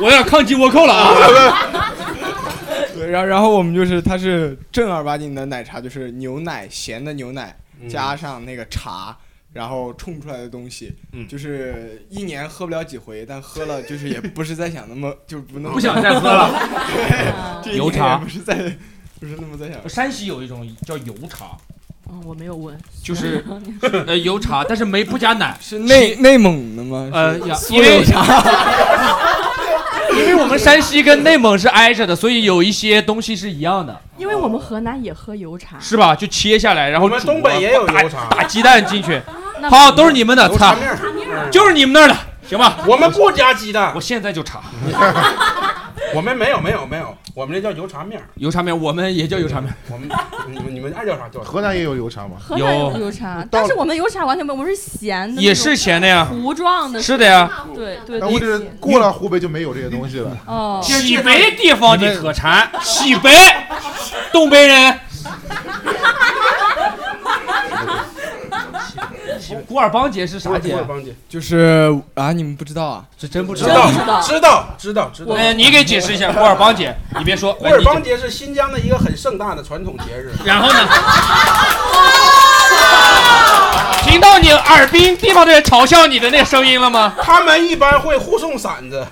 我要抗击倭寇了啊！
对，然后然后我们就是，它是正儿八经的奶茶，就是牛奶咸的牛奶
嗯
加上那个茶，然后冲出来的东西，
嗯
就是一年喝不了几回，但喝了就是也不是在想那么就不那么
不想再喝了
对，这一
油
年
茶
也不是在不是那么在想。
山西有一种叫油茶，
嗯，我没有问，
就是 呃油茶，但是没不加 奶，是
内内蒙的吗？
呃，
是
呀
苏
因为
油茶。
因为我们山西跟内蒙是挨着的，所以有一些东西是一样的，
因为我们河南也喝油茶，
是吧？就切下来，然后啊
我们东北也有油茶
打鸡蛋进去
啊那，
好，都是你们的，
油
擦
茶，面儿，
就是你们那儿的，行吧？
我们不加鸡蛋，
我现在就查。
我们没有没有没有，我们这叫油茶面 儿，
油茶面，我们也叫油茶面，
我们你们你们爱叫啥叫啥。
河南也有油茶吗？
河南有油茶，但是我们油茶完全没有，我们是咸的，
也是咸的呀。
糊状的，
是的呀，
对对。
但问题是过了湖北就没有这些东西了。
哦，
西北地方的特产，西北，东北人。古尔邦节是啥节
古
啊
尔？邦节
就是啊，你们不知道啊？
这真不
知道知道知道知道。
哎，你给解释 一下古尔邦节，哎你别说，
古尔邦节是新疆的一个很盛大的传统节日。
然后呢？听到你耳滨地方的人嘲笑你的那声音了吗？
他们一般会互送馓子，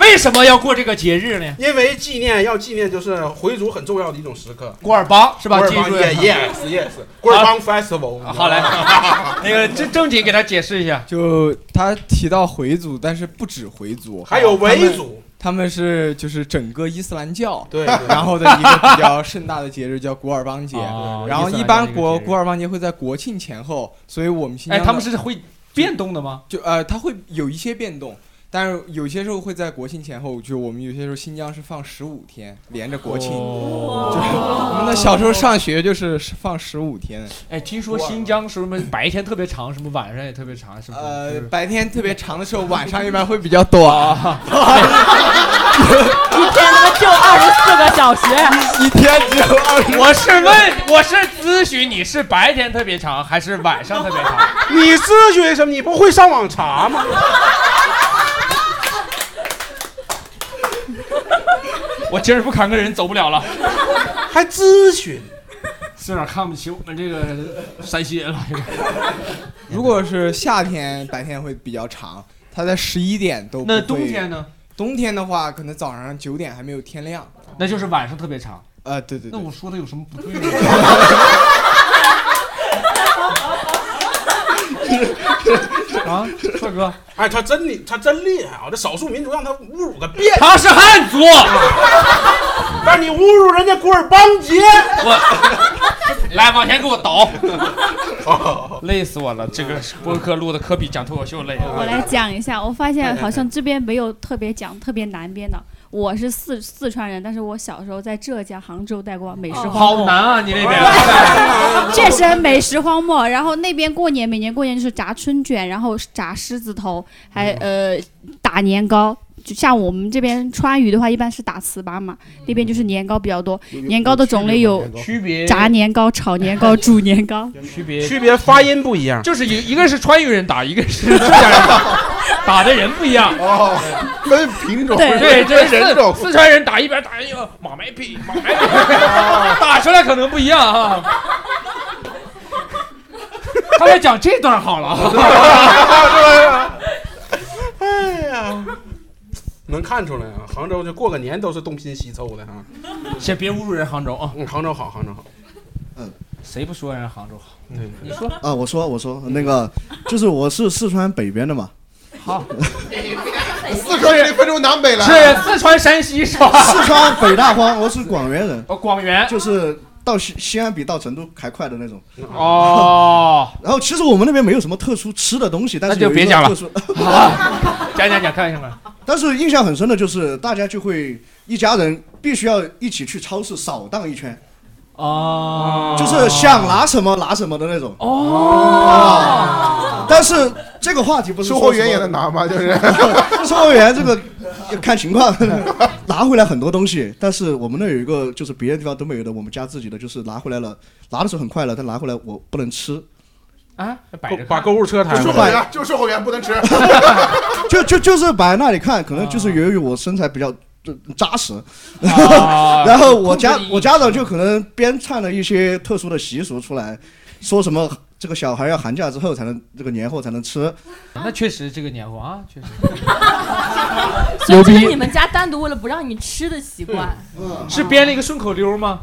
为什么要过这个节日呢？
因为纪念要纪念就是回族很重要的一种时刻。
古尔邦是吧？
古尔
记
邦
住
y yes yes，古尔邦 festival。
好嘞， 那个正正经给他解释一下，
就他提到回族，但是不止回族，啊
还有
他们
维族。
他们是就是整个伊斯兰教，
对对
然后的一个比较盛大的节日叫古尔邦节
哦，
然后一
伊斯兰教
般
这个
国
节日
古尔邦节会在国庆前后，所以我们新疆
哎
的
他们是会变动的吗？
就呃，它会有一些变动，但是有些时候会在国庆前后，就我们有些时候新疆是放十五天，连着国庆，
哦
就是我们的小时候上学就是放十五天，
哎，听说新疆是什么白天特别长，什么晚上也特别长，是不是？
呃，白天特别长的时候，晚 上一般会比较短，啊
一天他妈就二十四个小时，
一天只有二十。
我是问，我是咨询你是白天特别长还是晚上特别长？
你咨询什么？你不会上网查吗？
我今儿不砍个人走不了了，
还咨询，
是有点看不起我们这个山西 人了。有点
如果是夏天，白天会比较长，它在十一点都不
那
会
冬天？呢？
冬天的话，可能早上九点还没有天亮。
那就是晚上特别长。
啊，对对
那
对，
我说的有什么不对？ 啊，帅哥，
哎，他真厉，他真厉害啊！这少数民族让他侮辱个遍。
他是汉族，
但你侮辱人家古尔邦节，
来往前给 我倒，
哦
累死我了！这
嗯
个播客录的可比讲脱口秀累了。
我
哦
来讲一下，我发现好像这边没有特别讲特别南边的。我是四四川人，但是我小时候在浙江杭州待过美食
哦
荒漠，
好难啊，你那边。
哦
确实美食荒漠。然后那边过年，每年过年就是炸春卷，然后炸狮子头，还
嗯
呃打年糕。就像我们这边川渝的话，一般是打糍粑嘛，
嗯
那边就是年糕比较多。年糕的种类有
区别
炸年糕、炒年糕、煮年糕。
区别
区别发音不一样。
就是一一个是川渝人打，一个是 浙江人打，打的人不一样。
哦，分品种，
对对，这
分人种。
四四川人打一边打一个马麦屁马麦
哦
屁，打出来可能不一 样啊。他来讲这段好了 啊，
啊
哎呀， 能看出来啊，杭州这过个年都是东拼西凑的啊。
先别侮辱人杭州啊，
嗯，杭州好，杭州好。
谁不说人杭州好？
对，
你说
啊，我说我说那个，就是我是四川北边的嘛，
好，
四川人分出南北来，
是四川山西是吧？
四川北大荒，我是广元人，
哦，广元
就是到西西安比到成都还快的那种。
哦，
然后其实我们那边没有什么特殊吃的东西，但
那
是
就
有一
别
个
讲了啊
特 殊。
讲讲讲，看一下吧。
但是印象很深的就是大家就会一家人必须要一起去超市扫荡一圈。
哦
就是想拿什么拿什么的那种。
哦
啊但是这个话题不是
售
说
货
什
员
么
也能拿吗？就是
售货员这个要看情况，拿回来很多东西，但是我们那有一个就是别的地方都没有的，我们家自己的就是拿回来了，拿的时候很快乐，但拿回来我不能吃，
啊，摆着看
把购物车抬
就售
回
货
来。
员，就售货员不能吃。
就就就是摆在那里看，可能就是由于我身材比较。就扎实，
啊
然后我家
控制啊你
我家长就可能编唱了一些特殊的习俗出来，说什么这个小孩要寒假之后才能这个年后才能吃，
那确实这个年货啊，确实。
所以这
牛
是
逼
你们家单独为了不让你吃的习惯。
嗯
是编了一个顺口溜吗？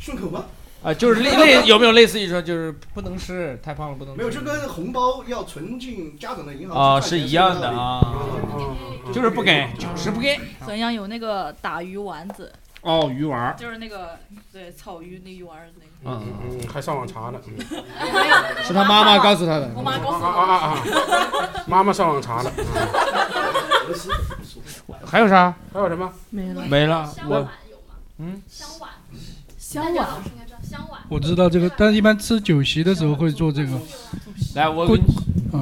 顺口吗？
啊，就是类 类有没有类似于说就是不能吃，太胖了不能吃。
没有，就跟红包要存进家长的银行
啊
去
是
赚钱
一样的
道理嗯
啊，就是不给，就是不给。
沈阳有那个打鱼丸子，
哦，鱼丸儿。
就是那个对草鱼那鱼丸儿那个。
嗯嗯嗯，还上网查了。
嗯
是
是他妈妈告诉
他
的我妈告诉我
啊啊啊！啊妈妈上网查了。
还有啥？
还有什么？
没了
没了。
我
我
香碗，
我知道这个，但一般吃酒席的时候会做这个。
来，我
过
给你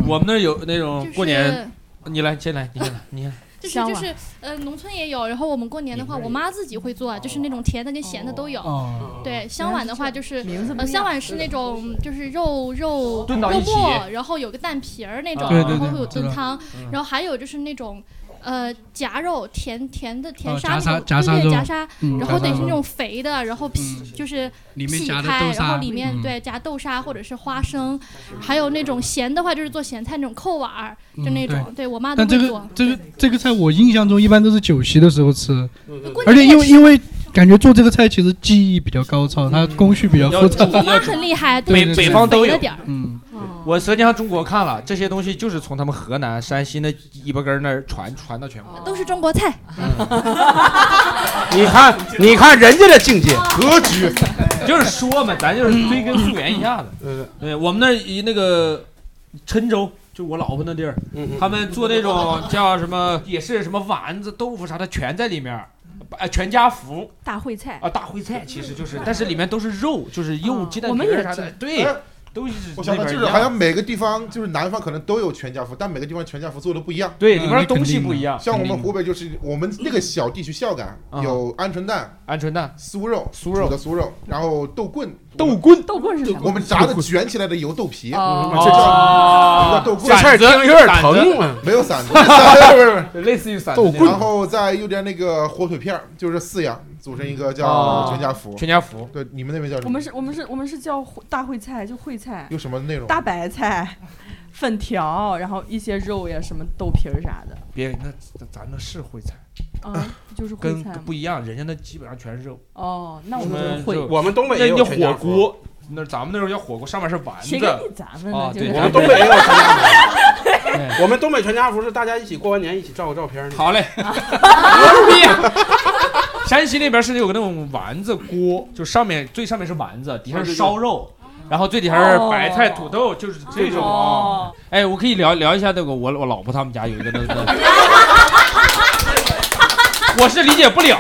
我们那儿有那种过年，你来先来，你先来，你先来。
就是就是呃，农村也有，然后我们过年的话，我妈自己会做，啊就是那种甜的跟咸的都有。
哦
对，香碗的话就是
不
呃，
一
香
样
碗是那种就是肉肉
炖到
肉
一起
末，然后有个蛋皮儿那种，
对对
然后
对
会有
知
炖
道
汤，
嗯
然后还有就是那种。呃，夹肉甜甜的甜
哦
沙
夹沙
那种，对
夹沙
对
肉
夹沙，
嗯
然
夹
后
沙
得是那
肉嗯
种肥的，然后劈就是
里面
劈
夹的
开，
豆
然后
沙
里面
嗯
对夹豆沙或者是花生，还有那种咸的话就是做咸菜那种扣碗儿，就
嗯
那
对
种，对我妈都
但这
会
个
做。
这个这个菜，我印象中一般都是酒席的时候吃，
嗯
过
而且
年
因
也
为
是
因为感觉做这个菜其实技艺比较高
嗯
超，它工序比较复杂。
我妈很厉害，啊
对
对
北
就是
方都
肥
有
了点儿。哦
嗯，
我《舌尖上中国》看了，这些东西就是从他们河南、山西那尾巴根儿那儿传传到全国。
都是中国菜。
嗯 你看，你看人家的境界格局，就是说嘛，咱就是追根溯源一下子。
嗯
对，我们那儿一那个郴州，就我老婆那地儿，
嗯
他们做那种叫什么，也是什么丸子、豆腐啥的，全在里面儿，呃，全家福
大烩菜
啊，大烩菜其实就是，但是里面都是肉，就是肉、鸡蛋
哦我们
皮儿
也嗯
啥的，
是
对
嗯
哎，
都是
我想到
那边
就
一
是
样
好像每个地方就是南方可能都有全家福，但每个地方全家福做的不一样。
对里边的东西不一样
像我
嗯肯
们
定
湖北就是我们那个小地区孝感有鹌鹑蛋、
鹌鹑蛋、
酥肉、
酥肉
的酥肉，然后豆棍、
豆棍、
豆棍是什么
我们炸的卷起来的油豆皮，嗯
哦
这叫
哦
叫豆棍。
这事儿听着有点疼啊
没有散子，
不是
不
是，类似于散子
豆
那
棍，
种
然后再有点那个火腿片儿，就是四样组成一个
哦
叫全家福。
全家福，
对，你们那边叫什么？
我们是我们是我们是叫烩大烩菜，就烩菜。
有什么内容
大白菜、 粉条，然后一些肉呀，什么豆皮儿啥的。
别那咱咱那是烩菜，
嗯，就是
跟
烩菜嘛。
不一样，人家那基本上全是肉。
哦那我
们
们
肉
会
我们东北也
那
有
叫
全家
火锅，那咱们那时候叫火锅，上面是丸子
谁跟 你咱们呢
啊，
这个
对，
我们东北也有全家
福。
我们东北全家福是大家一起过完年一起照个照片儿。
哎好嘞，牛逼！ 山西那边是有个那种丸子锅，就上面最上面是丸子，底下是烧肉，然后最底下是白菜、土豆，就是这种啊。哎，我可以聊聊一下那个我我老婆他们家有一个那个，我是理解不了，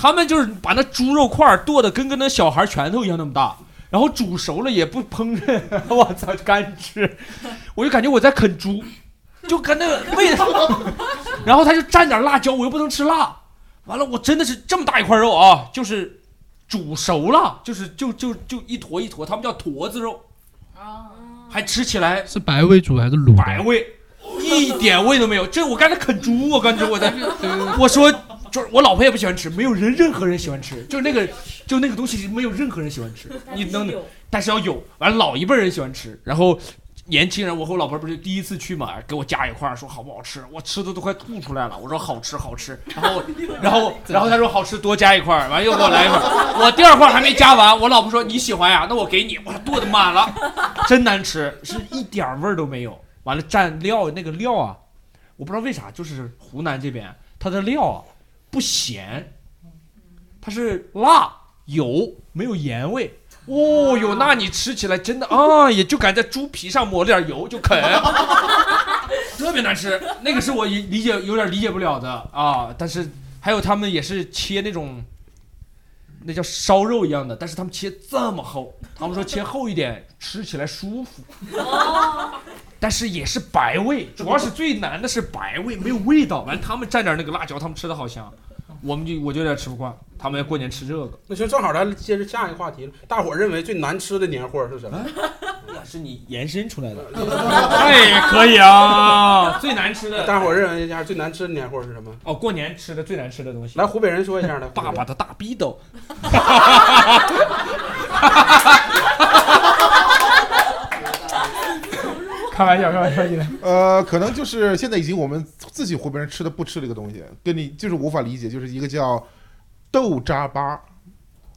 他们就是把那猪肉块儿剁的跟跟那小孩拳头一样那么大。然后煮熟了也不烹饪， 我操，干吃，我就感觉我在啃猪，就跟那个味道，然后他就蘸点辣椒，我又不能吃辣，完了我真的是这么大一块肉啊，就是煮熟了，就是就就就一坨一坨，他们叫坨子肉，还吃起来
是 白味煮还是卤的？
百味，一点味都没有。这我刚才啃猪，我感觉我在，我说就是我老婆也不喜欢吃，没有人任何人喜欢吃，就是那个就那个东西没有任何人喜欢吃，你能，但是要有，完了老一辈人喜欢吃，然后。年轻人，我和我老婆不是第一次去嘛，给我夹一块儿，说好不好吃，我吃的都快吐出来了。我说好吃，好吃。然后，然后，然后他说好吃，多加一块儿，完了又给我来一块儿。我第二块儿还没夹完，我老婆说你喜欢呀，那我给你。我说剁的满了， 真难吃，是一点儿味儿都没有。完了蘸料那个料啊，我不知道为啥，就是湖南这边它的料啊不咸，它是辣油，没有盐味。哦哟，那你吃起来真的啊，也就敢在猪皮上抹点油就啃，特别难吃。那个是我理理解有点理解不了的啊。但是还有他们也是切那种，那叫烧肉一样的，但是他们切这么厚，他们说切厚一点吃起来舒服。但是也是白味，主要是最难的是白味，没有味道。完，他们蘸点那个辣椒，他们吃的好香，我们就我就有点吃不惯，他们过年吃这个。
那行，正好咱接着下一个话题了。大伙儿认为最难吃的年货是什么？
那是你延伸出 来的。
哎，
可以啊 最难吃的
大伙儿认为一下最难吃的年货是什么？
哦，过年吃的最难吃的东西。
来，湖北人说一下来。
爸爸的大逼斗。开玩笑，开玩笑，你来。
呃，可能就是现在已经我们自己湖北人吃的不吃这个东西，跟你就是无法理解，就是一个叫豆渣巴。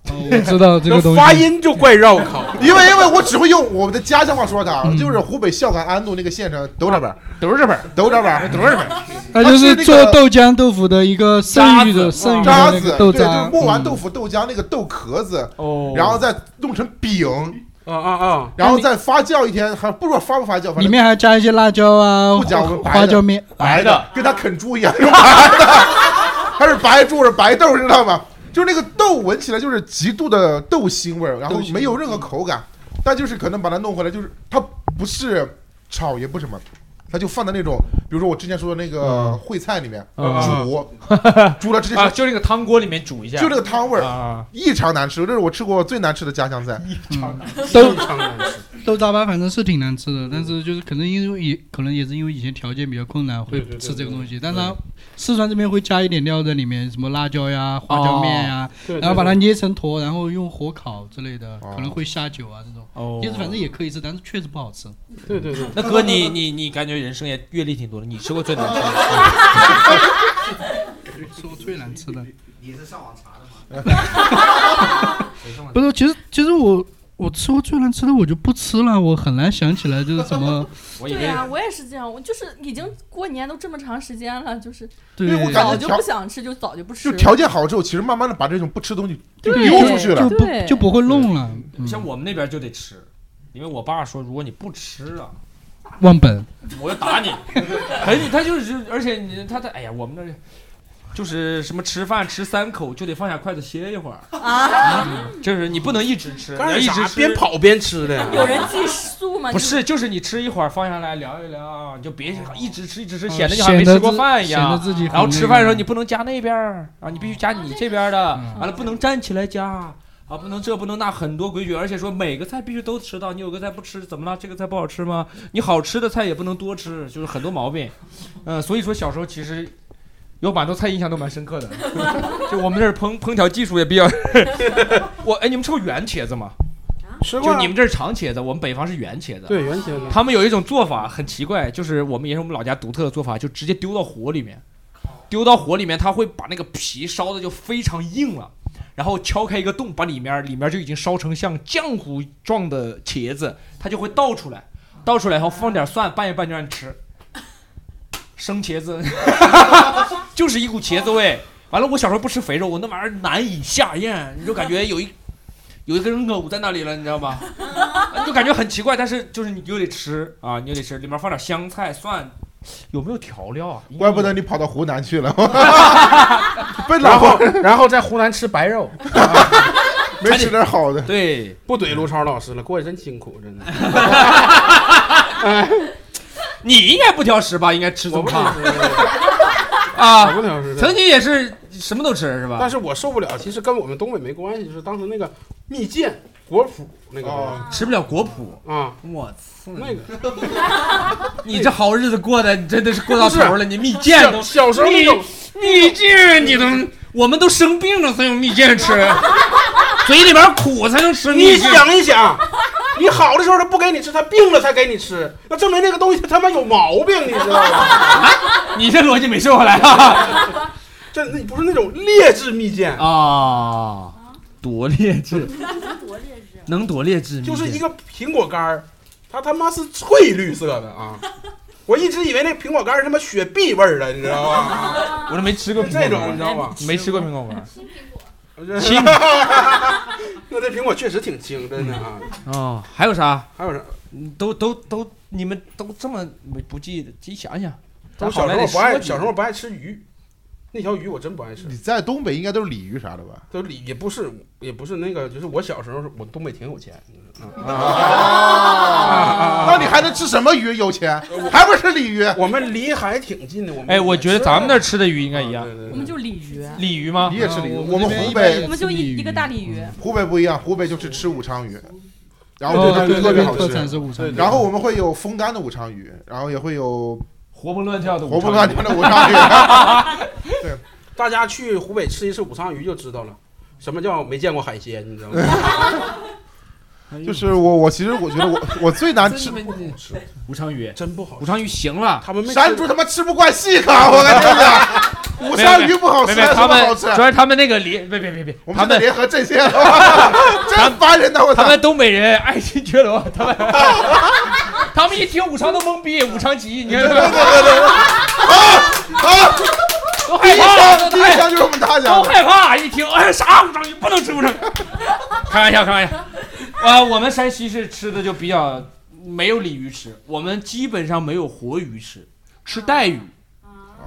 哦我知道 这个东西
发音就怪绕口，
因为因为我只会用我们的家乡话说它，
嗯
就是湖北孝感安陆那个县城豆渣巴，
豆渣巴，
豆渣
哎
巴，豆渣巴，
它就是做豆浆豆腐的一个剩余的剩余
渣
的那
子
个，豆
对，就是
渣。
磨完
嗯
豆腐豆浆那个豆壳子，
哦
然后再弄成饼，
啊啊啊，
然后再发酵一天，还不知道发不发酵，反正
里面还加一些辣椒啊，
不加我
花
哦
们白的
花椒面，
白
哎
的，跟他啃猪一样，是白的， 它是白猪是白豆，知道吗？就是那个豆闻起来就是极度的豆腥味儿，然后没有任何口感，但就是可能把它弄回来，就是它不是炒也不什么。它就放在那种，比如说我之前说的那个
嗯
烩菜里面
嗯
煮， 煮了直接
啊，就那个汤锅里面煮一下，啊
就这个汤味
儿，
异常难吃，这是我吃过最难吃的家乡菜。
都
难吃。
豆渣巴反正是挺难吃的，但是就是可能因为也可能也是因为以前条件比较困难，会
对
吃这个
对
东西。
对
但它四川这边会加一点料在里面，什么辣椒呀、花椒面呀，
哦
哦
对对
然后把它
对哦
捏成坨，然后用火烤之类的，可能会下酒啊这种。
哦
其实反正也可以吃，但是确实不好吃。
对对对
那哥你你你感觉人生也阅历挺多的，你吃过最难吃的？。
是我最难吃的。
你是上网查的吗？
不是，其实其实我我吃过最难吃的我就不吃了，我很难想起来就是什么
我
对呀、我也是这样，我就是已经过年都这么长时间了，就是
对因为我感觉
早就
条
不想吃，就早就不吃
就
了。
条件好之后，其实慢慢的把这种不吃的东西就
对
丢出去了，
就不就
不会弄了。
嗯像我们那边就得吃，因为我爸说，如果你不吃啊，
忘本。
我要打你。 哎，你他就是，而且你他他，哎呀，我们那儿就是什么吃饭吃三口就得放下筷子歇一会儿，嗯
啊，
就是你不能一直吃，你
干
要一
啥
直
边跑边吃的呀
有人 计数吗？
不，
就是
就是你吃一会儿放下来聊一聊，你就别一直吃一直吃，
哦
显得你好像没
显得
吃过
自
饭一样。
显得自己很
然后
那
吃
个嗯
饭的时候你不能加那边儿啊，你必须加你这边儿的，完了不能站起来加啊，不能这不能那，很多规矩，而且说每个菜必须都吃到，你有个菜不吃怎么了？这个菜不好吃吗？你好吃的菜也不能多吃，就是很多毛病。嗯，所以说小时候其实。有蛮多菜印象都蛮深刻的， 就我们这儿烹烹调技术也比较。 我哎，你们吃过圆茄子吗？
吃过
就
啊
你们这是长茄子，我们北方是圆茄子。
对圆茄子
他们有一种做法很奇怪，就是我们也是我们老家独特的做法，就直接丢到火里面，丢到火里面，它会把那个皮烧的就非常硬了，然后敲开一个洞，把里面里面就已经烧成像浆糊状的茄子，它就会倒出来，倒出来以后放点蒜拌一拌就让你吃，生茄子， 就是一股茄子味。完了，我小时候不吃肥肉，我那玩意儿难以下咽，你就感觉有一有一根藕在那里了，你知道 吗？就感觉很奇怪，但是就是你就得吃啊，你就得吃，里面放点香菜、蒜，有没有调料啊？
怪不得你跑到湖 南去了。 被
然
老
后
婆
然后在湖南吃白肉，
没吃点好的。
对，
不怼卢超老师了，过得真辛苦，真的。
你应该不挑食吧？应该吃这么胖
我
啊
不挑食？
曾经也是什么都吃是吧？
但是我受不了，其实跟我们东北没关系，就是当时那个蜜饯果脯那个东西
吃不了果脯
啊，
哦我操，
那个
你这好日子过的，你真的是过到
不是
头了。你蜜饯都
小小时候
你
那种
蜜饯，你都我们都生病了才有蜜饯吃， 嘴里边苦才能吃蜜饯。
你想一想，你好的时候他不给你吃，他病了才给你吃，那证明那个东西他妈有毛病，你知 道吗？
你这逻辑没顺过来啊！
这那不是那种劣质蜜饯，
啊，多劣 质，能多劣质？
就是一个苹果干儿，它他妈是翠绿色的啊！我一直以为那苹果干儿他妈雪碧味儿的，你知道吗？
我都没吃过苹果干
这种你知道吗？
没吃过苹果干。
轻，
亲
那这苹果确实挺轻，真的啊。
哦，还有啥？
还有啥？
都都都，你们都这么不记得，自己想想。
我小时候不爱，小时候不爱吃鱼，那条鱼我真不爱吃。
你在东北应该都是鲤鱼啥的吧？
就鲤也不是，也不是那个，就是我小时候，我东北挺有钱。就是
啊那你还能吃什么鱼？有钱还不是鲤鱼？
我们离海挺近的，我们
哎，我觉得咱们那儿吃的鱼应该一样。
我们就鲤鱼，
哎
啊
鲤鱼吗？
你也吃鲤鱼？我们湖
我
北
们就一一个大鲤鱼。
湖北不一样，湖北就是吃武昌鱼，然后
哦
就
对
是特别好
对特产是武昌
吃
鱼。
然后我们会有风干的武昌鱼，然后也会有
活蹦乱跳的
活蹦乱跳的武昌鱼。对，
大家去湖北吃一次武昌鱼就知道了，什么叫没见过海鲜，你知道吗？
哎
就是我，我其实我觉得我我最难吃
武昌鱼，
真不好。
武昌鱼行了，
他们
山猪他妈吃不惯细 卡，啊我跟你讲，武昌鱼不好吃，
没有没
什
有他
么
们
好吃？啊
主要是他们那个离，别别别别，
我们
他
现在
们
联合阵 线，
他
啊真烦人呐！我操
他们东北人爱新觉罗，他们他们一听武昌都懵逼，武昌起义，你看
对对对对 对啊！
都
第
害
一
怕，哎
枪，第一枪就是我们大
都
家。
害怕，一听哎啥武昌鱼不能吃武昌鱼，开玩笑开玩笑，呃，我们山西是吃的就比较没有鲤鱼吃，我们基本上没有活鱼吃，吃带鱼。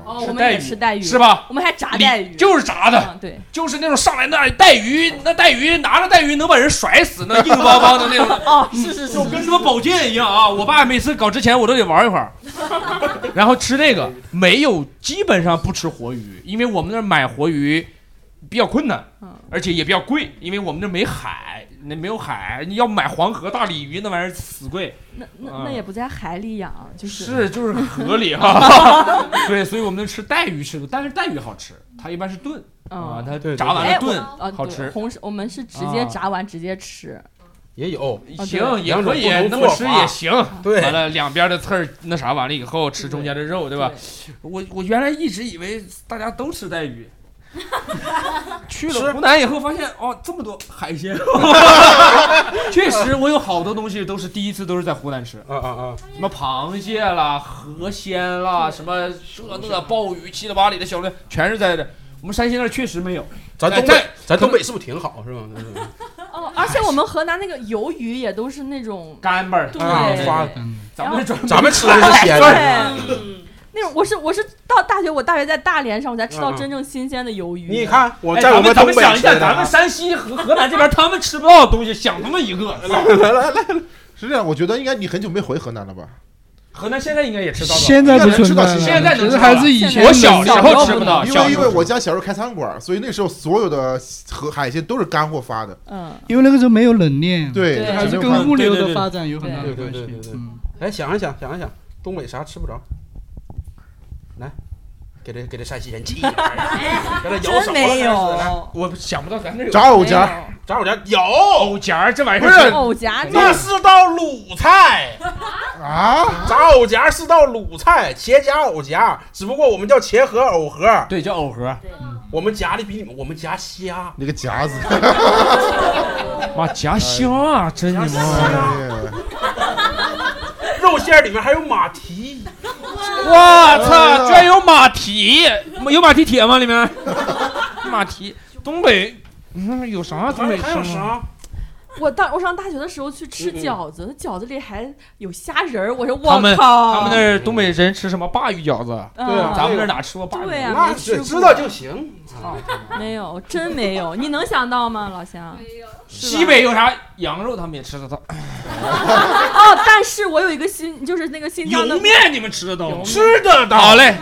哦，
吃
我们
带
也
鱼
吃带鱼，
是吧
我们还炸带鱼，嗯
就是炸的，
对，
就是那种上来那带鱼，那带鱼拿着带鱼能把人甩死，那硬邦邦的那种，
哦，是是是
就，跟他妈宝剑一样啊！我爸每次搞之前我都得玩一会儿，然后吃那个没有，基本上不吃活鱼，因为我们那儿买活鱼比较困难，
嗯
而且也比较贵，因为我们那儿没海，那没有海，你要买黄河大鲤鱼那玩意儿死贵。
那那
啊
那也不在海里养，就是
是就是河 里哈，对，所以我们能吃带鱼吃的，但是带鱼好吃，它一般是炖啊，它炸完了
哎
炖
我啊
好
对
吃。
红是我们是直接
啊
炸完直接吃，
也有
哦
哦
行，也可以那么吃也行。完了两边的刺儿那啥完了以后吃中间的肉，对吧？我我原来一直以为大家都吃带鱼，去了湖南以后发现哦这么多 海鲜，确实我有好多东西都是第一次都是在湖南吃，
啊啊啊，
什么螃蟹啦、河鲜啦、什么这那鲍鱼、七里八里的小龙虾，全是在这。我们山西那儿确实没有，哎
咱东
在
北，咱东北是不是挺好，是吧？
哦，而且我们河南那个鱿鱼也都是那种
干巴儿
对，
啊发
咱们专门
咱们吃的是鲜的。
对，
嗯
那种我是我是到大学，我大学在大连上，我才吃
嗯
到真正新鲜的鱿鱼。
你看我
哎
在
咱
我
们
东
咱们
北
想一
吃
下，
的
咱们
啊，
山西和河南这边他们吃不到的东西，想他妈一个。
是这样，我觉得应该你很久没回河南了吧？
河南现在应该也吃到了，
现在不存在了
现在能吃到了
还是以前
我小时候吃不到，
因
小
为
时
因
候
为我家小时候开餐馆，所以那时候所有的河海鲜都是干货发的。
嗯，
因为那个时候没有冷链，
对对
还是跟物流的发展有很大的
对
关
对
系
对。对对。哎，想一想，想一想，东北啥吃不着？来，给这给这山西人气一下，给他摇手啊。开始来，
我想不到咱这有
炸藕夹儿，
炸藕夹儿有
藕夹儿这玩意儿
不是
藕夹这
那是道鲁菜
啊，
炸藕夹儿是道鲁菜，茄夹藕夹，只不过我们叫茄盒藕盒，
对，叫藕盒。
我们夹的比你们，我们夹虾。
那个夹子，
妈夹虾啊，真你妈！
肉馅儿里面还有马蹄，
我操，居然有马蹄，有马蹄铁吗？里面马蹄，东北，嗯，有啥东北
还有
吃吗嗯
啥？
我到我上大学的时候去吃饺子，那饺子里还有虾仁儿，我说
他
我
们
靠，
他们那儿东北人吃什么鲅鱼饺子？
对啊
咱们那儿哪吃过鲅鱼？
对啊呀、
那
没吃
只
过
知道就行。
没有，真没有，你能想到吗，老乡？
西北有啥羊肉？他们也吃 得到。
哦，但是我有一个新，就是那个新疆的
油，面你们吃得到吗？
吃得到。
好嘞，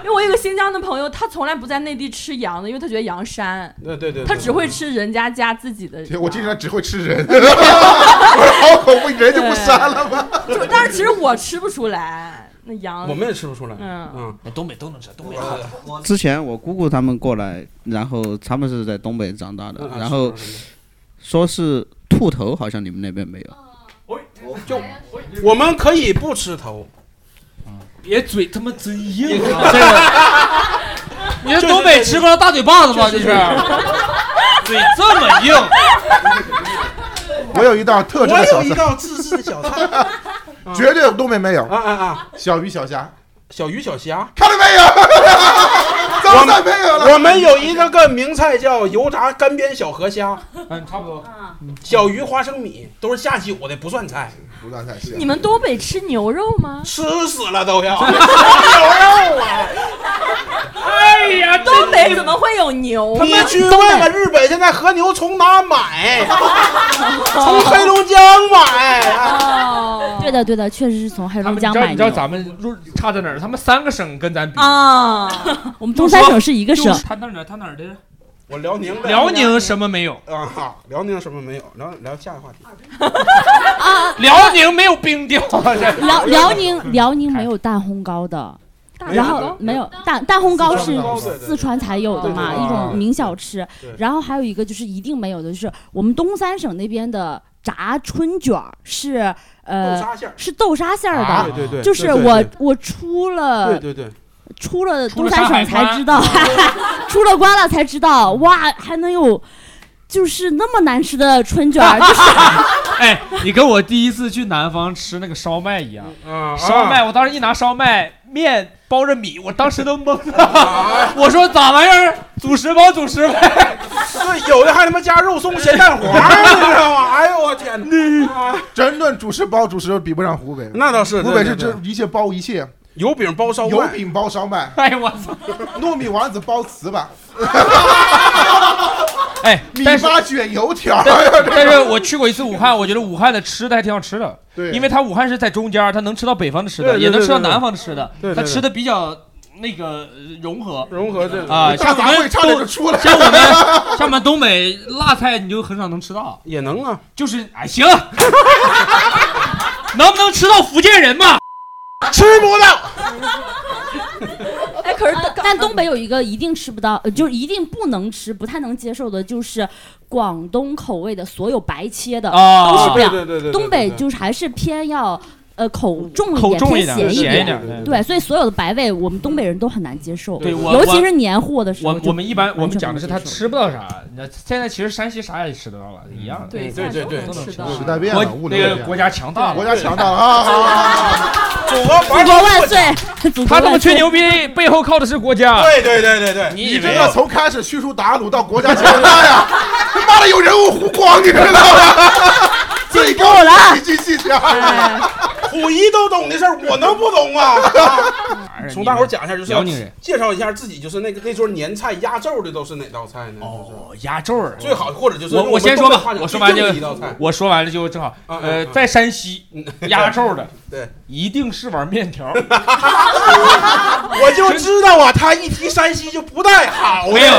因为我有一个新疆的朋友，他从来不在内地吃羊的，因为他觉得羊膻，
对对对，
他只会吃人家家自己的。
我 竟然只会吃人，我说好恐怖，人就不杀了吧？
就但是其实我吃不出来那羊，
我们也吃不出来。
嗯
嗯，
东北都能吃，东北好的。
之前我姑姑他们过来，然后他们是在东北长大的
嗯，嗯
然后说是兔头，好像你们那边没有。
就我们 可以不吃头，
别嘴他妈真硬
啊！
你这东北吃过大嘴巴子吗？这是，嘴这么 硬。
我有一道特制的小
我有一
菜，
道自制的小 菜，
绝对东北没有。
啊啊啊！
小鱼小虾，
小鱼小虾，
看到没有？高菜配合了。
我们有一个个名菜叫油炸干煸小河虾，
嗯，差不多。
啊
小鱼花生米都是下酒的，不算菜。
不算菜，
你们东北吃牛肉吗？
吃死 了都要牛肉啊！
哎呀，东北怎么会有牛？
你去问问日本现在和牛从哪买？从黑龙江
哎
啊
买。
对的，对的，确实是从黑
他
龙
们你
江
知道
买
你知道
的。
咱们入差在哪儿？他们三个省跟咱比，
啊，
我们东三省是一个省
就，是他那儿呢？他哪儿的？
我辽宁 的。
辽宁什么没有？
啊哈，辽宁什么没有？聊聊下一个话题。
辽宁没有冰雕。
辽辽宁辽宁没有蛋烘糕的。
没有
然后没有蛋蛋烘糕
四
是
川糕对对对
四川才有的嘛，
对对对
一种名小吃
对。
然后还有一个就是一定没有的，就是我们东三省那边的炸春卷儿是呃
豆沙馅儿
是豆沙馅儿
啊
的，
对对对
就是
对对
我
对
我出了
对对对，
出了
出
东
了
三
山海
省才
关
知道， 出了关了才知道，哇，还能有就是那么难吃的春卷儿，就是
哎，你跟我第一次去南方吃那个烧麦一样，
啊
烧麦，我当时一拿烧麦面包着米，我当时都懵
啊
了， 我说咋玩意儿？煮十包，煮十呗。
对，有的还他妈加肉松、咸 蛋黄，你知道吗？哎呦我天哪！
整顿主食包主食比不上湖北，
那倒是
湖北
对
哎是
对
这一切包一切，
油饼包烧麦
油饼包烧麦，
哎我操，
糯米王子包糍粑，
哎，
米
但是
八卷油条，
但但是我去过一次武汉，我觉得武汉的吃的还挺好吃的，
对
因为它武汉是在中间儿，它能吃到北方的吃
对
的，
对
也能吃到
对对
南方的吃的
对，对
它
对
吃的比较那个呃融合，
融合这
啊，
大
像我
杂
们
烩差点就
东
出来了
像我们像我们东北辣菜你就很少能吃到，
也能啊，
就是哎行， 能不能吃到福建人嘛？
吃不到。
哎，可是、但东北有一个一定吃不到，呃就是一定不能吃、不太能接受的，就是广东口味的所有白切的、
啊
都吃不了。
对对对对对
东北就是还是偏要。呃，口重一
口
点，
重一
偏
点
咸
咸一
点，
点对对
对，所以所有的白味，我们东北人都很难接受，
对我
尤
我
其是年货的时候
我
就。
我们一般
完
我们
全
讲的
不
是
能
他
接受嗯
吃不到啥，你知道现在其实山西啥也吃得到了，一样的。
对对对对
都能吃
对时代变了
国
物流也
那个
变了
国家强大了，
国家强 大了啊好好好好
祖国
繁
国万岁！祖国
他这么
万岁
吹牛逼，背后靠的是国家。
对对对对对，
你以
这
为啊
个从开始叙述打卤到国家强大呀，他妈的有人物弧光，你知道 吗？最高了，戏剧技巧。
哎
溥仪都懂的事儿，我能不懂吗？啊从大伙儿讲一下，就是要
辽宁人
介绍一下自己，就是那个那桌年菜压轴的都是哪道菜呢？哦，
压轴儿
最好，或者就是
我
用
我先
们
说
东北
吧
话，讲
我说完
最
就
硬的一道菜，
我说完了就正好，
嗯
呃，
嗯
在山西压轴的，
对，
一定是碗面条。
我就知道啊，他一提山西就不太 好。
没有，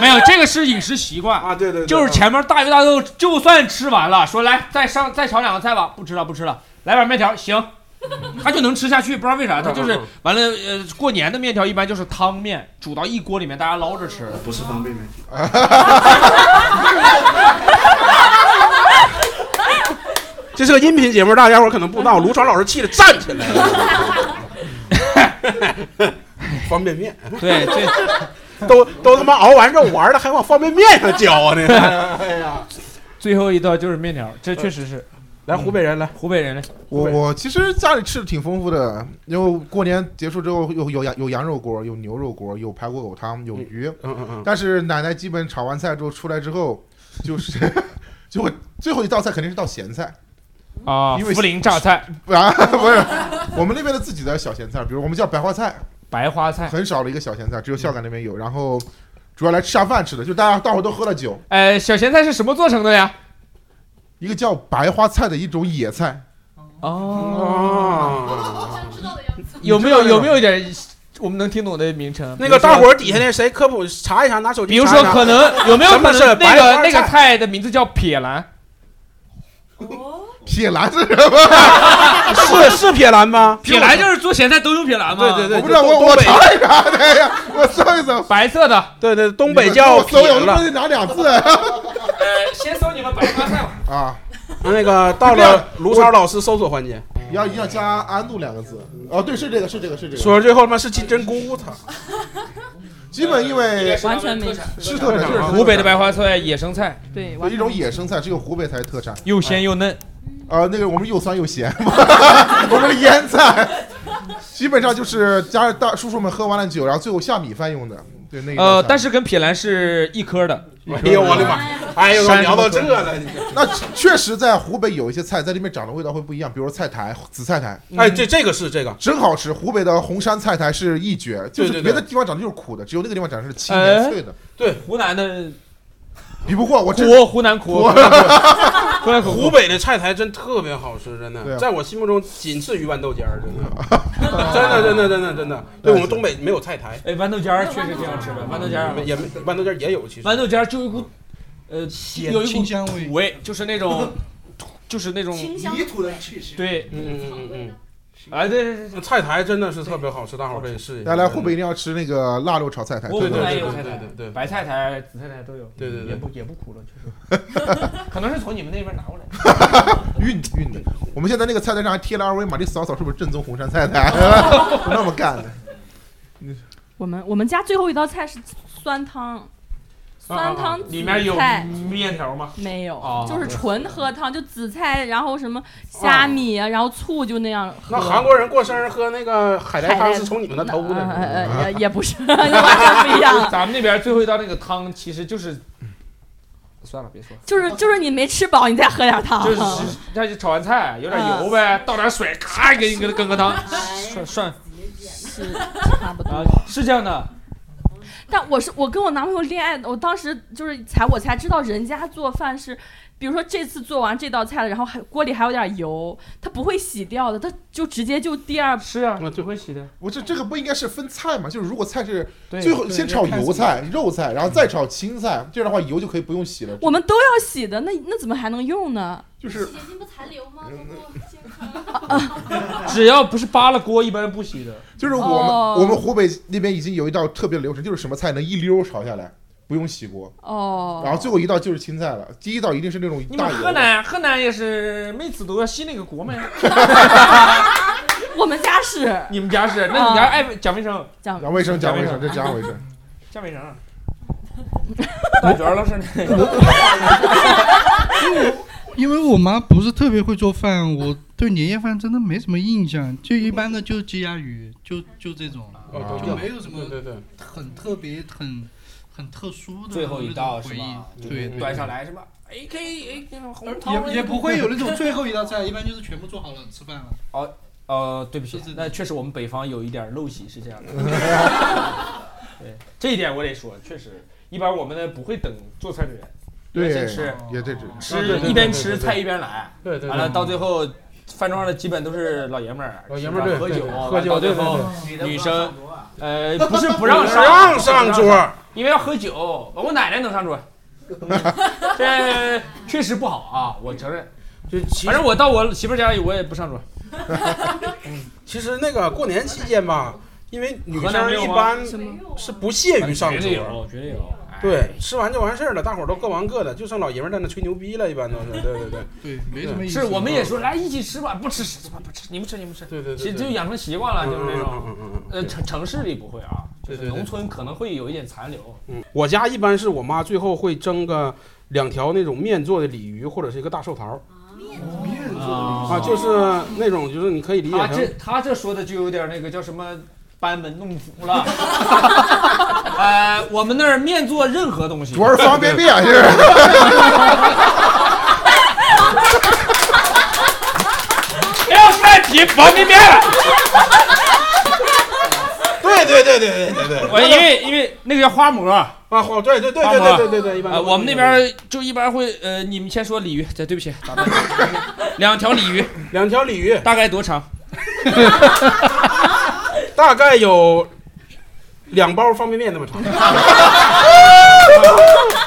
没有，这个是饮食习惯
啊，对对，
就是前面大鱼大肉，就算吃完了，说来再上再炒两个菜吧，不吃了不吃了，来碗面条行，他就能吃下去，不知道为啥，他 就是
嗯嗯嗯
完了，呃，过年的面条一般就是汤面，煮到一锅里面，大家捞着吃，
不是方便面。
这是个音频节目，大家伙儿可能不知道，卢川老师气得站起来了。方便面，
对，
这都都他妈熬完肉玩了，还往方便面上浇呢。哎呀，
最后一道就是面条，这确实是。
呃
嗯
来湖北人来，
湖北人来，
我我其实家里吃的挺丰富的，因为过年结束之后有有羊有羊肉锅，有牛肉锅，有排骨狗汤，有鱼。
嗯嗯嗯
但是奶奶基本炒完菜之后出来之后，就是 就会最后一道菜肯定是道咸菜。
啊，
因为
涪陵榨菜
啊，不是，我们那边的自己的小咸菜，比如我们叫白花菜，
白花菜
很少的一个小咸菜，只有孝感那边有。然后主要来吃下饭吃的，就大家大伙都喝了酒。
呃，小咸菜是什么做成的呀？
一个叫白花菜的一种野菜。
哦，
有没有有没有一点我们能听懂的名称？
那个大伙儿
嗯
底下那谁科普查一查，拿手机
比如
查
说
一查
可能有没有
什么
可
是
能那
白
个
花
那个
菜
菜的名字叫撇兰？
撇兰是什么？
是是撇兰吗？
撇兰就是做咸菜都用撇兰吗？
对对对
我不知道，我哎我查一查，
哎
对呀，我搜一搜，
白色的，
对对，东北叫
搜，我
撇
都
了
不得拿两字
呃，先搜你们白花菜吧。
啊。
那个到了卢超老师搜索环节，
要要加安陆两个字，哦，对，是这个，是这个，是这个。
说最后他妈是金针菇，操！
基本因为
完全没
是特产，就是
湖北的白花菜，野生菜，
对
有一种野生菜，只有湖北才是特产，哎
又鲜又嫩。
呃，那个我们又酸又咸，我们是腌菜。基本上就是家大叔叔们喝完了酒，然后最后下米饭用的。对，那一道
呃，
菜
但是跟撇兰是一科的。
哎呦我的妈
哎呦
山
聊到这
东
了，你
那确实在湖北有一些菜在这边长的味道会不一样，比如说菜苔、紫菜苔。
哎这这个是这个
嗯真好吃。湖北的红山菜苔是一绝，就
对对
是
对
别的地方长的就是苦的，只有那个地方长的是清
哎
甜脆的。
对，呃湖南的
比不过我这
苦，湖南 苦，湖南苦湖南苦。
湖北的菜苔真特别好吃，真
对
的，
啊
在我心目中仅次于豌豆尖儿，真 的，真的，真的，真的，真的。对我们东北没有菜苔，
哎，豌豆尖儿确实挺好吃的，豌豆尖儿啊
也没豌豆尖儿也有，其实
豌豆尖儿就一股呃
咸
有一股
清香味
土味，就是那种就是那种
泥土的
气息。对，
嗯嗯嗯嗯。哎，对对对，菜苔真的是特别好吃，大伙儿可以试一下。
大家来湖北一定要吃那个腊肉炒菜苔。
我
特
们
别
东
好
北
吃
也有菜苔，对，白菜苔、紫菜苔都有，
对对对
也不也不苦了，确实，可能是从你们那边拿过来的。
运的运的。我们现在那个菜单上还贴了二维码，你扫扫是不是正宗红山菜 苔？那么干的。
我们我们家最后一道菜是酸汤，酸
啊啊啊啊
汤紫菜、
里面有面条吗？
没有，
哦
就是纯喝汤，就紫菜，然后什么虾米啊，然后醋就那样喝。
那韩国人过生日喝那个海带汤是从你们那偷的，
呃呃呃也不是， 完全不一样。
咱们那边最后一道那个汤其实就是，算了，别说了。
就是就是你没吃饱，你再喝点汤。
就是那就炒完菜，有点油呗，倒点水，咔给你给它跟个汤，涮涮。
是差不多。
啊，是这样的，
但我是我跟我男朋友恋爱，我当时就是才我才知道人家做饭是，比如说这次做完这道菜了，然后还锅里还有点油，他不会洗掉的，他就直接就第二
是啊，我最会洗的。
不是这个不应该是分菜嘛？就是如果菜是
对
最后
对
先炒
要看
油
怎么
菜、肉菜，然后再炒青菜，这样的话油就可以不用洗了。
我们都要洗的，那那怎么还能用呢？
就是
不残留吗？
只要不是扒了锅，一般不洗的。
就是我们、
哦
我们湖北那边已经有一道特别的流程，就是什么菜能一溜儿炒下来，不用洗锅。
哦，
然后最后一道就是青菜了，第一道一定是那种
你
大
们河
油的。
南河南也是每次都要洗那个锅吗？
我们家是，啊
你们家是？那你家爱讲卫生？
讲
讲卫生，讲卫生，这
讲
讲 卫生。
讲 卫生。啊大娟老师
因为我妈不是特别会做饭，我对年夜饭真的没什么印象，就一般的就是鸡鸭鱼，就就这种，
哦
就没有什么
对对对
很特别、很很特殊的
最后一道是
回忆
吧？
嗯
对，对
端上来是吧？A K A 红
对也也不会有那种最后一道菜，一般就是全部做好了吃饭了。
哦，呃，对不起，那确实我们北方有一点陋习是这样 的。对，这一点我得说，确实，一般我们呢不会等做菜的人，
对
先吃，哦
也得吃
吃一边吃菜一边来，
对对对
完了到最后。饭桌上的基本都是老爷们儿，
哦老爷们儿对
喝酒，
对对
完
喝
了
酒
到最
对对
后
对
女生，呃，不是不
不
让
让上
上
桌，
因为要喝酒。我奶奶能上桌， 这确实不好啊，我承认。
就
反正我到我媳妇儿家里，我也不上桌。
其实那啊个过呃年期间吧，因为女
河南没
生
有
一
吗
般是不屑于上
绝对有
桌，，
绝对有。
对，吃完就完事儿了，大伙儿都各忙各的，就剩老爷们儿在那吹牛逼了，一般都是，对对对，
对，
没什么意思嗯
是我们也说哎来一起吃吧，不吃吃吧，不吃，你们吃你们吃。对
对对
其实
对
就养成习惯了，就是那种
嗯嗯嗯嗯。
呃，城城市里不会啊，就
对
是
对对
农村可能会有一点残留。
嗯，我家一般是我妈最后会蒸个两条那种面做的鲤鱼，或者是一个大寿桃。面做的啊，就是那种，就是你可以理解
他啊这
成
他这说的就有点那个叫什么班门弄斧 了。呃，我们那儿面做任何东西，
主要是方便面啊，这 是。
不要再提方便面了。
对对对对对对对
我因为因为那个叫花馍啊，
花对对对
花馍
对对对对一般
呃
都是
我们那边儿就一般会呃，你们先说鲤鱼，对对不起，打断你，两条鲤鱼，
两条鲤鱼，
大概多长？
大概有两包方便面那么长。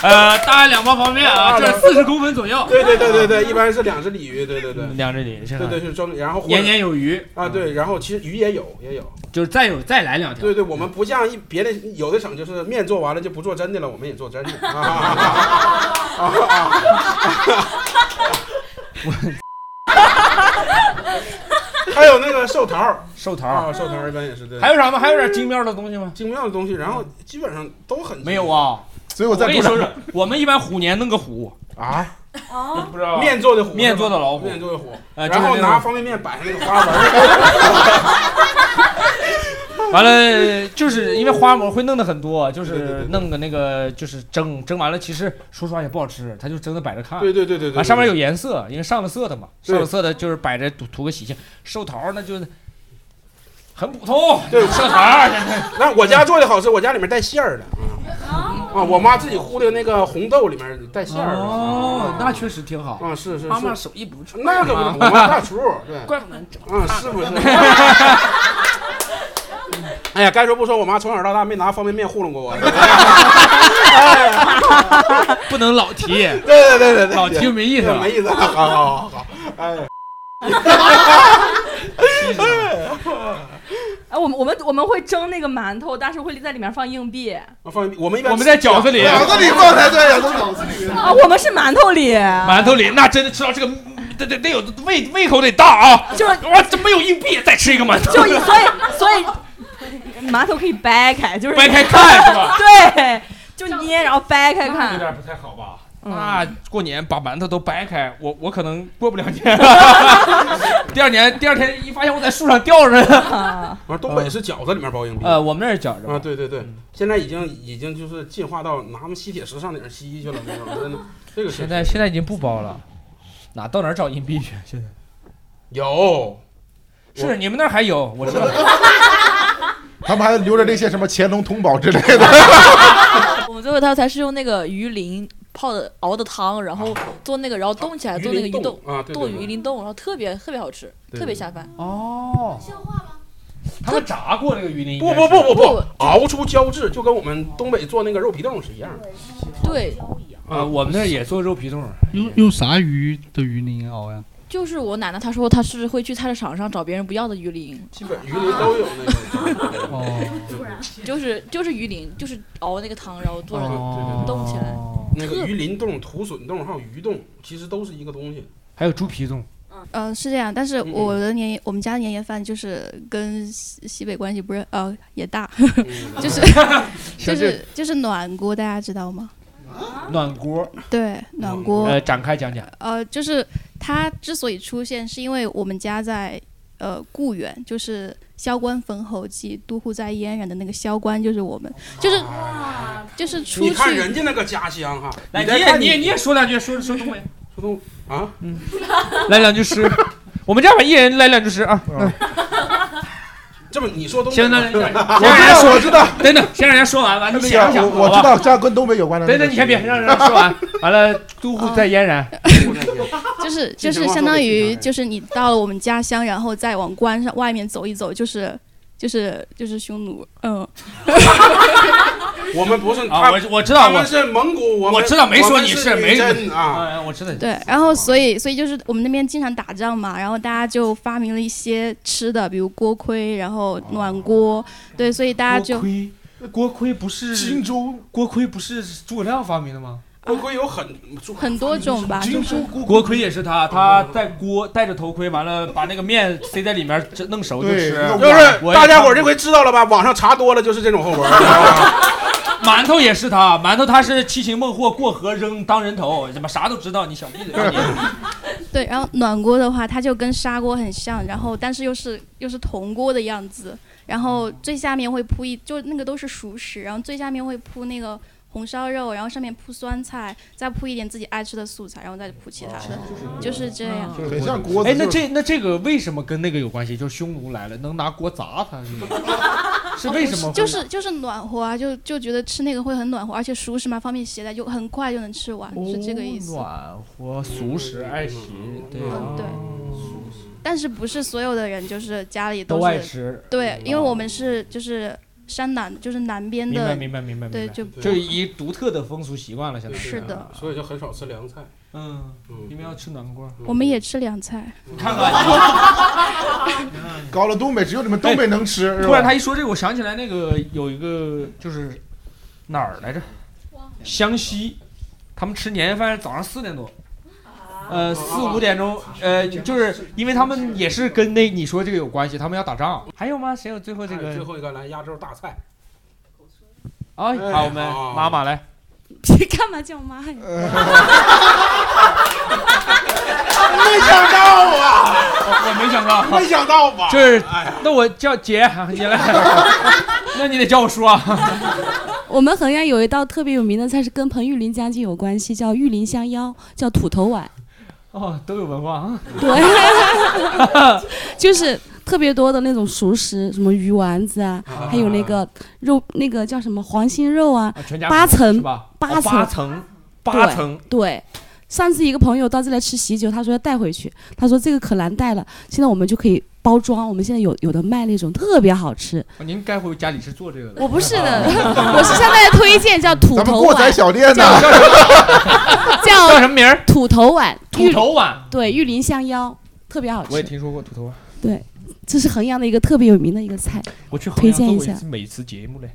呃，大概两包方便面啊，这四十公分左右。
对对对对对，一般是两只鲤鱼，对对对，
嗯两只鲤鱼，
对对是蒸，然后或者
年年有余
啊，对，然后其实鱼也有也有，
就是再有再来两条。
对对，我们不像一别的有的省就是面做完了就不做真的了，我们也做真的啊啊啊啊啊！还有那个寿桃，
寿桃
啊，寿桃一般也是对。
还有啥吗？还有点精妙的东西吗？
精妙的东西，然后基本上都很
没有啊。
所以
我再
跟你
多
说
两
说，我们一般虎年弄个虎
啊，
不知道
面做的虎，
面做的老虎，
面做的虎，
呃，
然后
就是那种
拿方便面摆上那个花纹儿，
完了就是因为花馍会弄的很多，就是弄个那个就是蒸蒸完了，其实说实话也不好吃，它就蒸的摆着看。
对对对对对
完上面有颜色，因为上了色的嘛，
对
上了色的就是摆着图图个喜庆。寿桃那就是很普通，
对，
寿 桃。
那我家做的好吃，我家里面带馅儿的。啊，我妈自己糊的那个红豆里面带馅儿的。
哦，那确实挺好。啊
啊，是是。
妈妈
是
手艺不错
那可不，
妈
我
妈
妈 大厨，对，
怪不能整
嗯，
大
是不是
呢？
哎呀，该说不说，我妈从小到大没拿方便面糊弄过我。
不能老提，对
对对对对，
哦
老提没意思了，
没意 思了。好好好好，哎。
哎，我们我们我们会蒸那个馒头，但是会在里面放硬币。
放我们一般
我们在饺子里
饺子里放才哎对呀，都饺子里。
啊，我们是馒头里，
馒头里那真的吃到这个，得得得有胃胃口得大啊！
就是
哇，这没有硬币，再吃一个馒头。
就所以所以馒头可以掰开，就是
掰开看是吧
对，就捏然后掰开
有
看。
点不太好吧？
嗯
那过年把馒头都掰开，我我可能过不了年。第二年，第二天一发现我在树上吊着呢。
我说东北是饺子里面包硬币，
呃，我们那儿饺子
啊，对对对，现在已经已经就是进化到拿那吸铁石上顶吸去了那种，真的。这个是
现在现在已经不包了，哪到哪儿找硬币去？现在
有，
是你们那儿还有，我知道。
他们还留着那些什么乾隆通宝之类的。
我们这回他才是用那个鱼鳞泡的熬的汤，然后做那个，然后冻起来做那个
啊鱼
鱼
鳞
冻
冻啊对对
冻
对
鱼鳞冻，然后特别特别好吃，
对
特别下饭。
哦，他们炸过那个鱼鳞。
不不不不不，熬出胶质就跟我们东北做那个肉皮冻是一样的。
对，
啊，我们那儿也做肉皮冻。
用用啥鱼的鱼鳞熬呀？
啊
就是我奶奶她说她是会去菜市场上找别人不要的鱼鳞，
基本鱼鳞都有那个。
哦，
就是就是鱼鳞，就是熬那个汤，然后做着
哦
冻起来。
那个鱼鳞冻、土笋冻还有鱼冻，其实都是一个东西。
还有猪皮冻，
呃，是这样，但是我的年夜，我们家年夜饭就是跟西西北关系不是呃也大， 就是
小
就
志
是就是暖锅，大家知道吗？
暖锅。
对，暖锅。
呃，展开讲讲。
呃，就是它之所以出现，是因为我们家在呃固原，就是萧关逢候记，都护在燕然的那个萧关，就是我们，就是就是出
你看
去
人家那个家乡哈，
来，你
再
也
看
你也你也说两句，说说东北，
说东啊，
嗯，来两句诗。我们这样吧，一人来两句诗啊。嗯
这么你说东北
行，
吗
那那那
我
先让人家说
我知道，
等等，先让人家说完，完了你想想，
我我
好
哦知
吧
道，。这样跟东北有关的。
等等，你先别让人家说完，完
啊
了都
呃
护在嫣然。
就是就
这句
是
话
相
说得
当
挺
于就是你到了我们家乡，然后再往关上外面走一走，就是就是就是匈奴，嗯，
我们不是
啊，我我知道，
他
我
们是蒙古，我
我
们
知道没
我
说
们
你
是
没
女真啊，
哎我知道你。
对，然后所以所以就是我们那边经常打仗嘛，然后大家就发明了一些吃的，比如锅盔，然后暖锅，对，所以大家就
哦锅盔，锅盔不是荆
州，
锅盔不是诸葛亮发明的吗？
锅盔有很
很多种吧，就是
啊锅盔也是他，他戴锅戴着头盔，完了把那个面塞在里面，这弄熟就啊吃。
就是大家伙儿这回知道了吧？网上查多了就是这种后文 儿。
馒头也是他，馒头他是七擒孟获，过河扔当人头，什么啥都知道。你小逼嘴， 你
对，然后暖锅的话，它就跟砂锅很像，然后但是又是又是铜锅的样子，然后最下面会铺一，就那个都是熟食，然后最下面会铺那个红烧肉，然后上面铺酸菜，再铺一点自己爱吃的素菜，然后再铺其他的，就是这样。
很像锅子
哎，那
就是
这那这个为什么跟那个有关系？就是匈奴来了，能拿锅砸他 是吗？是为什么会？
就是就是暖和啊，就就觉得吃那个会很暖和，而且熟食嘛，方便携带，就很快就能吃完，是这个意思。
哦暖和熟食爱惜，对啊嗯
嗯对但是不是所有的人就是家里
都
是
爱吃嗯哦
对，因为我们是就是山南，就是南边
明白
的，
明白明白明白，
对，就
就一独特的风俗习惯了，现在
是的，
所以就很少吃凉菜。
嗯，你们要吃暖锅，
我 们也吃凉菜。
看看。
搞了东北，只有你们 东北能吃。
哎突然他一说这个，我想起来那个有一个就是哪儿来着，湘西，他们吃年夜饭早上四点多，
啊哦
呃四五点钟，呃就是因为他们也是跟那你说这个有关系，他们要打仗。还有吗？谁有最后这个
最？后一个来压轴大菜。
啊，
哎
好，我们
哦
妈妈来，
你干嘛叫妈呀？
呃
没想到啊！
啊我没想到， 啊，
没想到吧？
就是，
哎
那我叫姐， 你来，那你得叫我叔啊。
我们衡阳有一道特别有名的菜是跟彭玉林家境有关系，叫玉林香腰，叫土头 碗。
哦，都有文化啊。
对，就是特别多的那种熟食，什么鱼丸子啊，还有那个肉，那个叫什么黄心肉啊，
全家福
八层
是吧？
八
哦
层、
八层，八层。
对。对上次一个朋友到这来吃喜酒，他说要带回去，他说这个可难带了，现在我们就可以包装，我们现在有有的卖那种特别好吃。
哦您该回家里是做这个的。啊
我不是的， 我是向大家推荐叫
咱
土
们
头
过
碗，
载小店呢，
叫
叫什么名儿？
土头碗，
土头碗，
对，玉林香腰，特别好
我也
吃。
听说过土头碗。
对，这是衡阳的一个特别有名的一个菜，
我去衡
推
阳做
荐一
过一
下
次。美食节目嘞。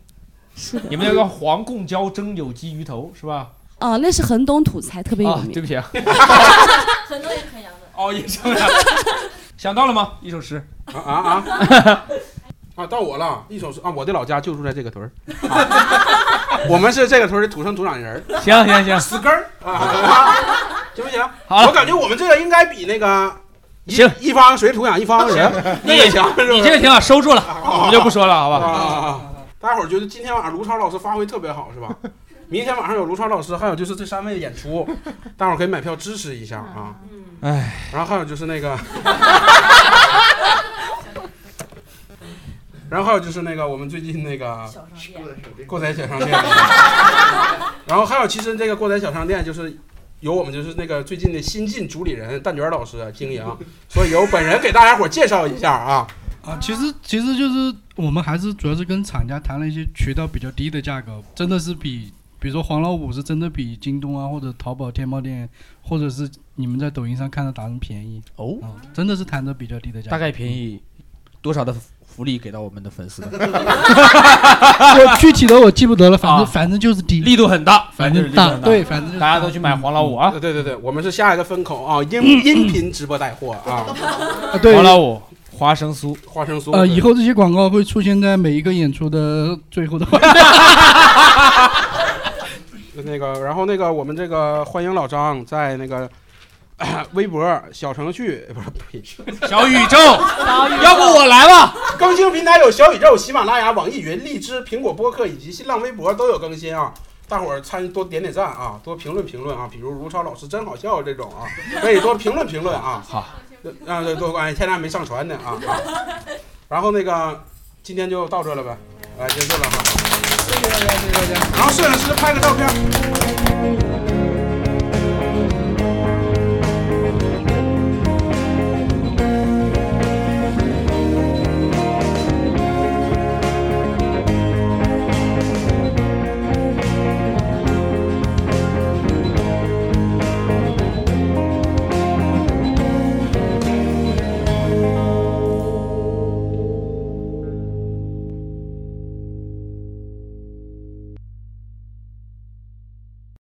是的
你们那个黄贡椒蒸有机鱼头是吧？
啊、那是衡东土菜，特别有
啊，
名。
对不起 啊。
衡东也衡阳的。
哦，也这样。 想到了吗？一首诗。
啊啊啊！ 啊，到我了，一首诗啊，我的老家就住在这个屯儿、啊 我们是这个屯儿的土生土长人儿。
行行行
死根儿啊，行不行？
好了
我感觉我们这个应该比那个一一方水土养一方人那
你
个强，是不是
你这个挺好，收住了，我们就不说了，好
啊啊
吧？
啊！大家伙儿觉得今天晚上卢超老师发挥特别 好，是吧？明天晚上有卢超老师，还有就是这三位演出，大伙儿可以买票支持一下啊。
哎，
然后还有就是那个，然后还有就是那个我们最近那个过载小商店，然后还有其实这个过载小商店就是由我们就是那个最近的新晋主理人蛋卷老师经营，所以由本人给大家伙儿介绍一下啊。
啊，其实其实就是我们还是主要是跟厂家谈了一些渠道比较低的价格，真的是比比如说黄老五是真的比京东啊或者淘宝、天猫店，或者是你们在抖音上看到达人便宜
哦、
啊真的是谈的比较低的价格，
大概便宜多少的福利给到我们的粉丝 呢？
我具体的我记不得了，反正、反正就是低，
啊力度很大，
反
正
正大，对，反正
大家都去买黄老五啊！
嗯对对对，我们是下一个分口啊， 音音频直播带货啊，
啊对
黄老五、花生酥、
花生酥
呃，以后这些广告会出现在每一个演出的最后的 环节。
那个，然后那个我们这个欢迎老张在那个。 咳微博、小程序 不是不是
小宇宙小宇宙要不我来吧？
更新平台有小宇宙、喜马拉雅、网易云、荔枝、苹果播客以及新浪微博都有更新啊！大伙儿参与多点点赞啊，多评论评论啊，比如如超老师真好笑这种啊，可以多评论评论啊。
好，
啊对，多哎，现在还没上传呢啊啊。 然后那个今天就到这了呗，来结束了哈。谢谢大家，谢谢大家。然后摄影师拍个照片。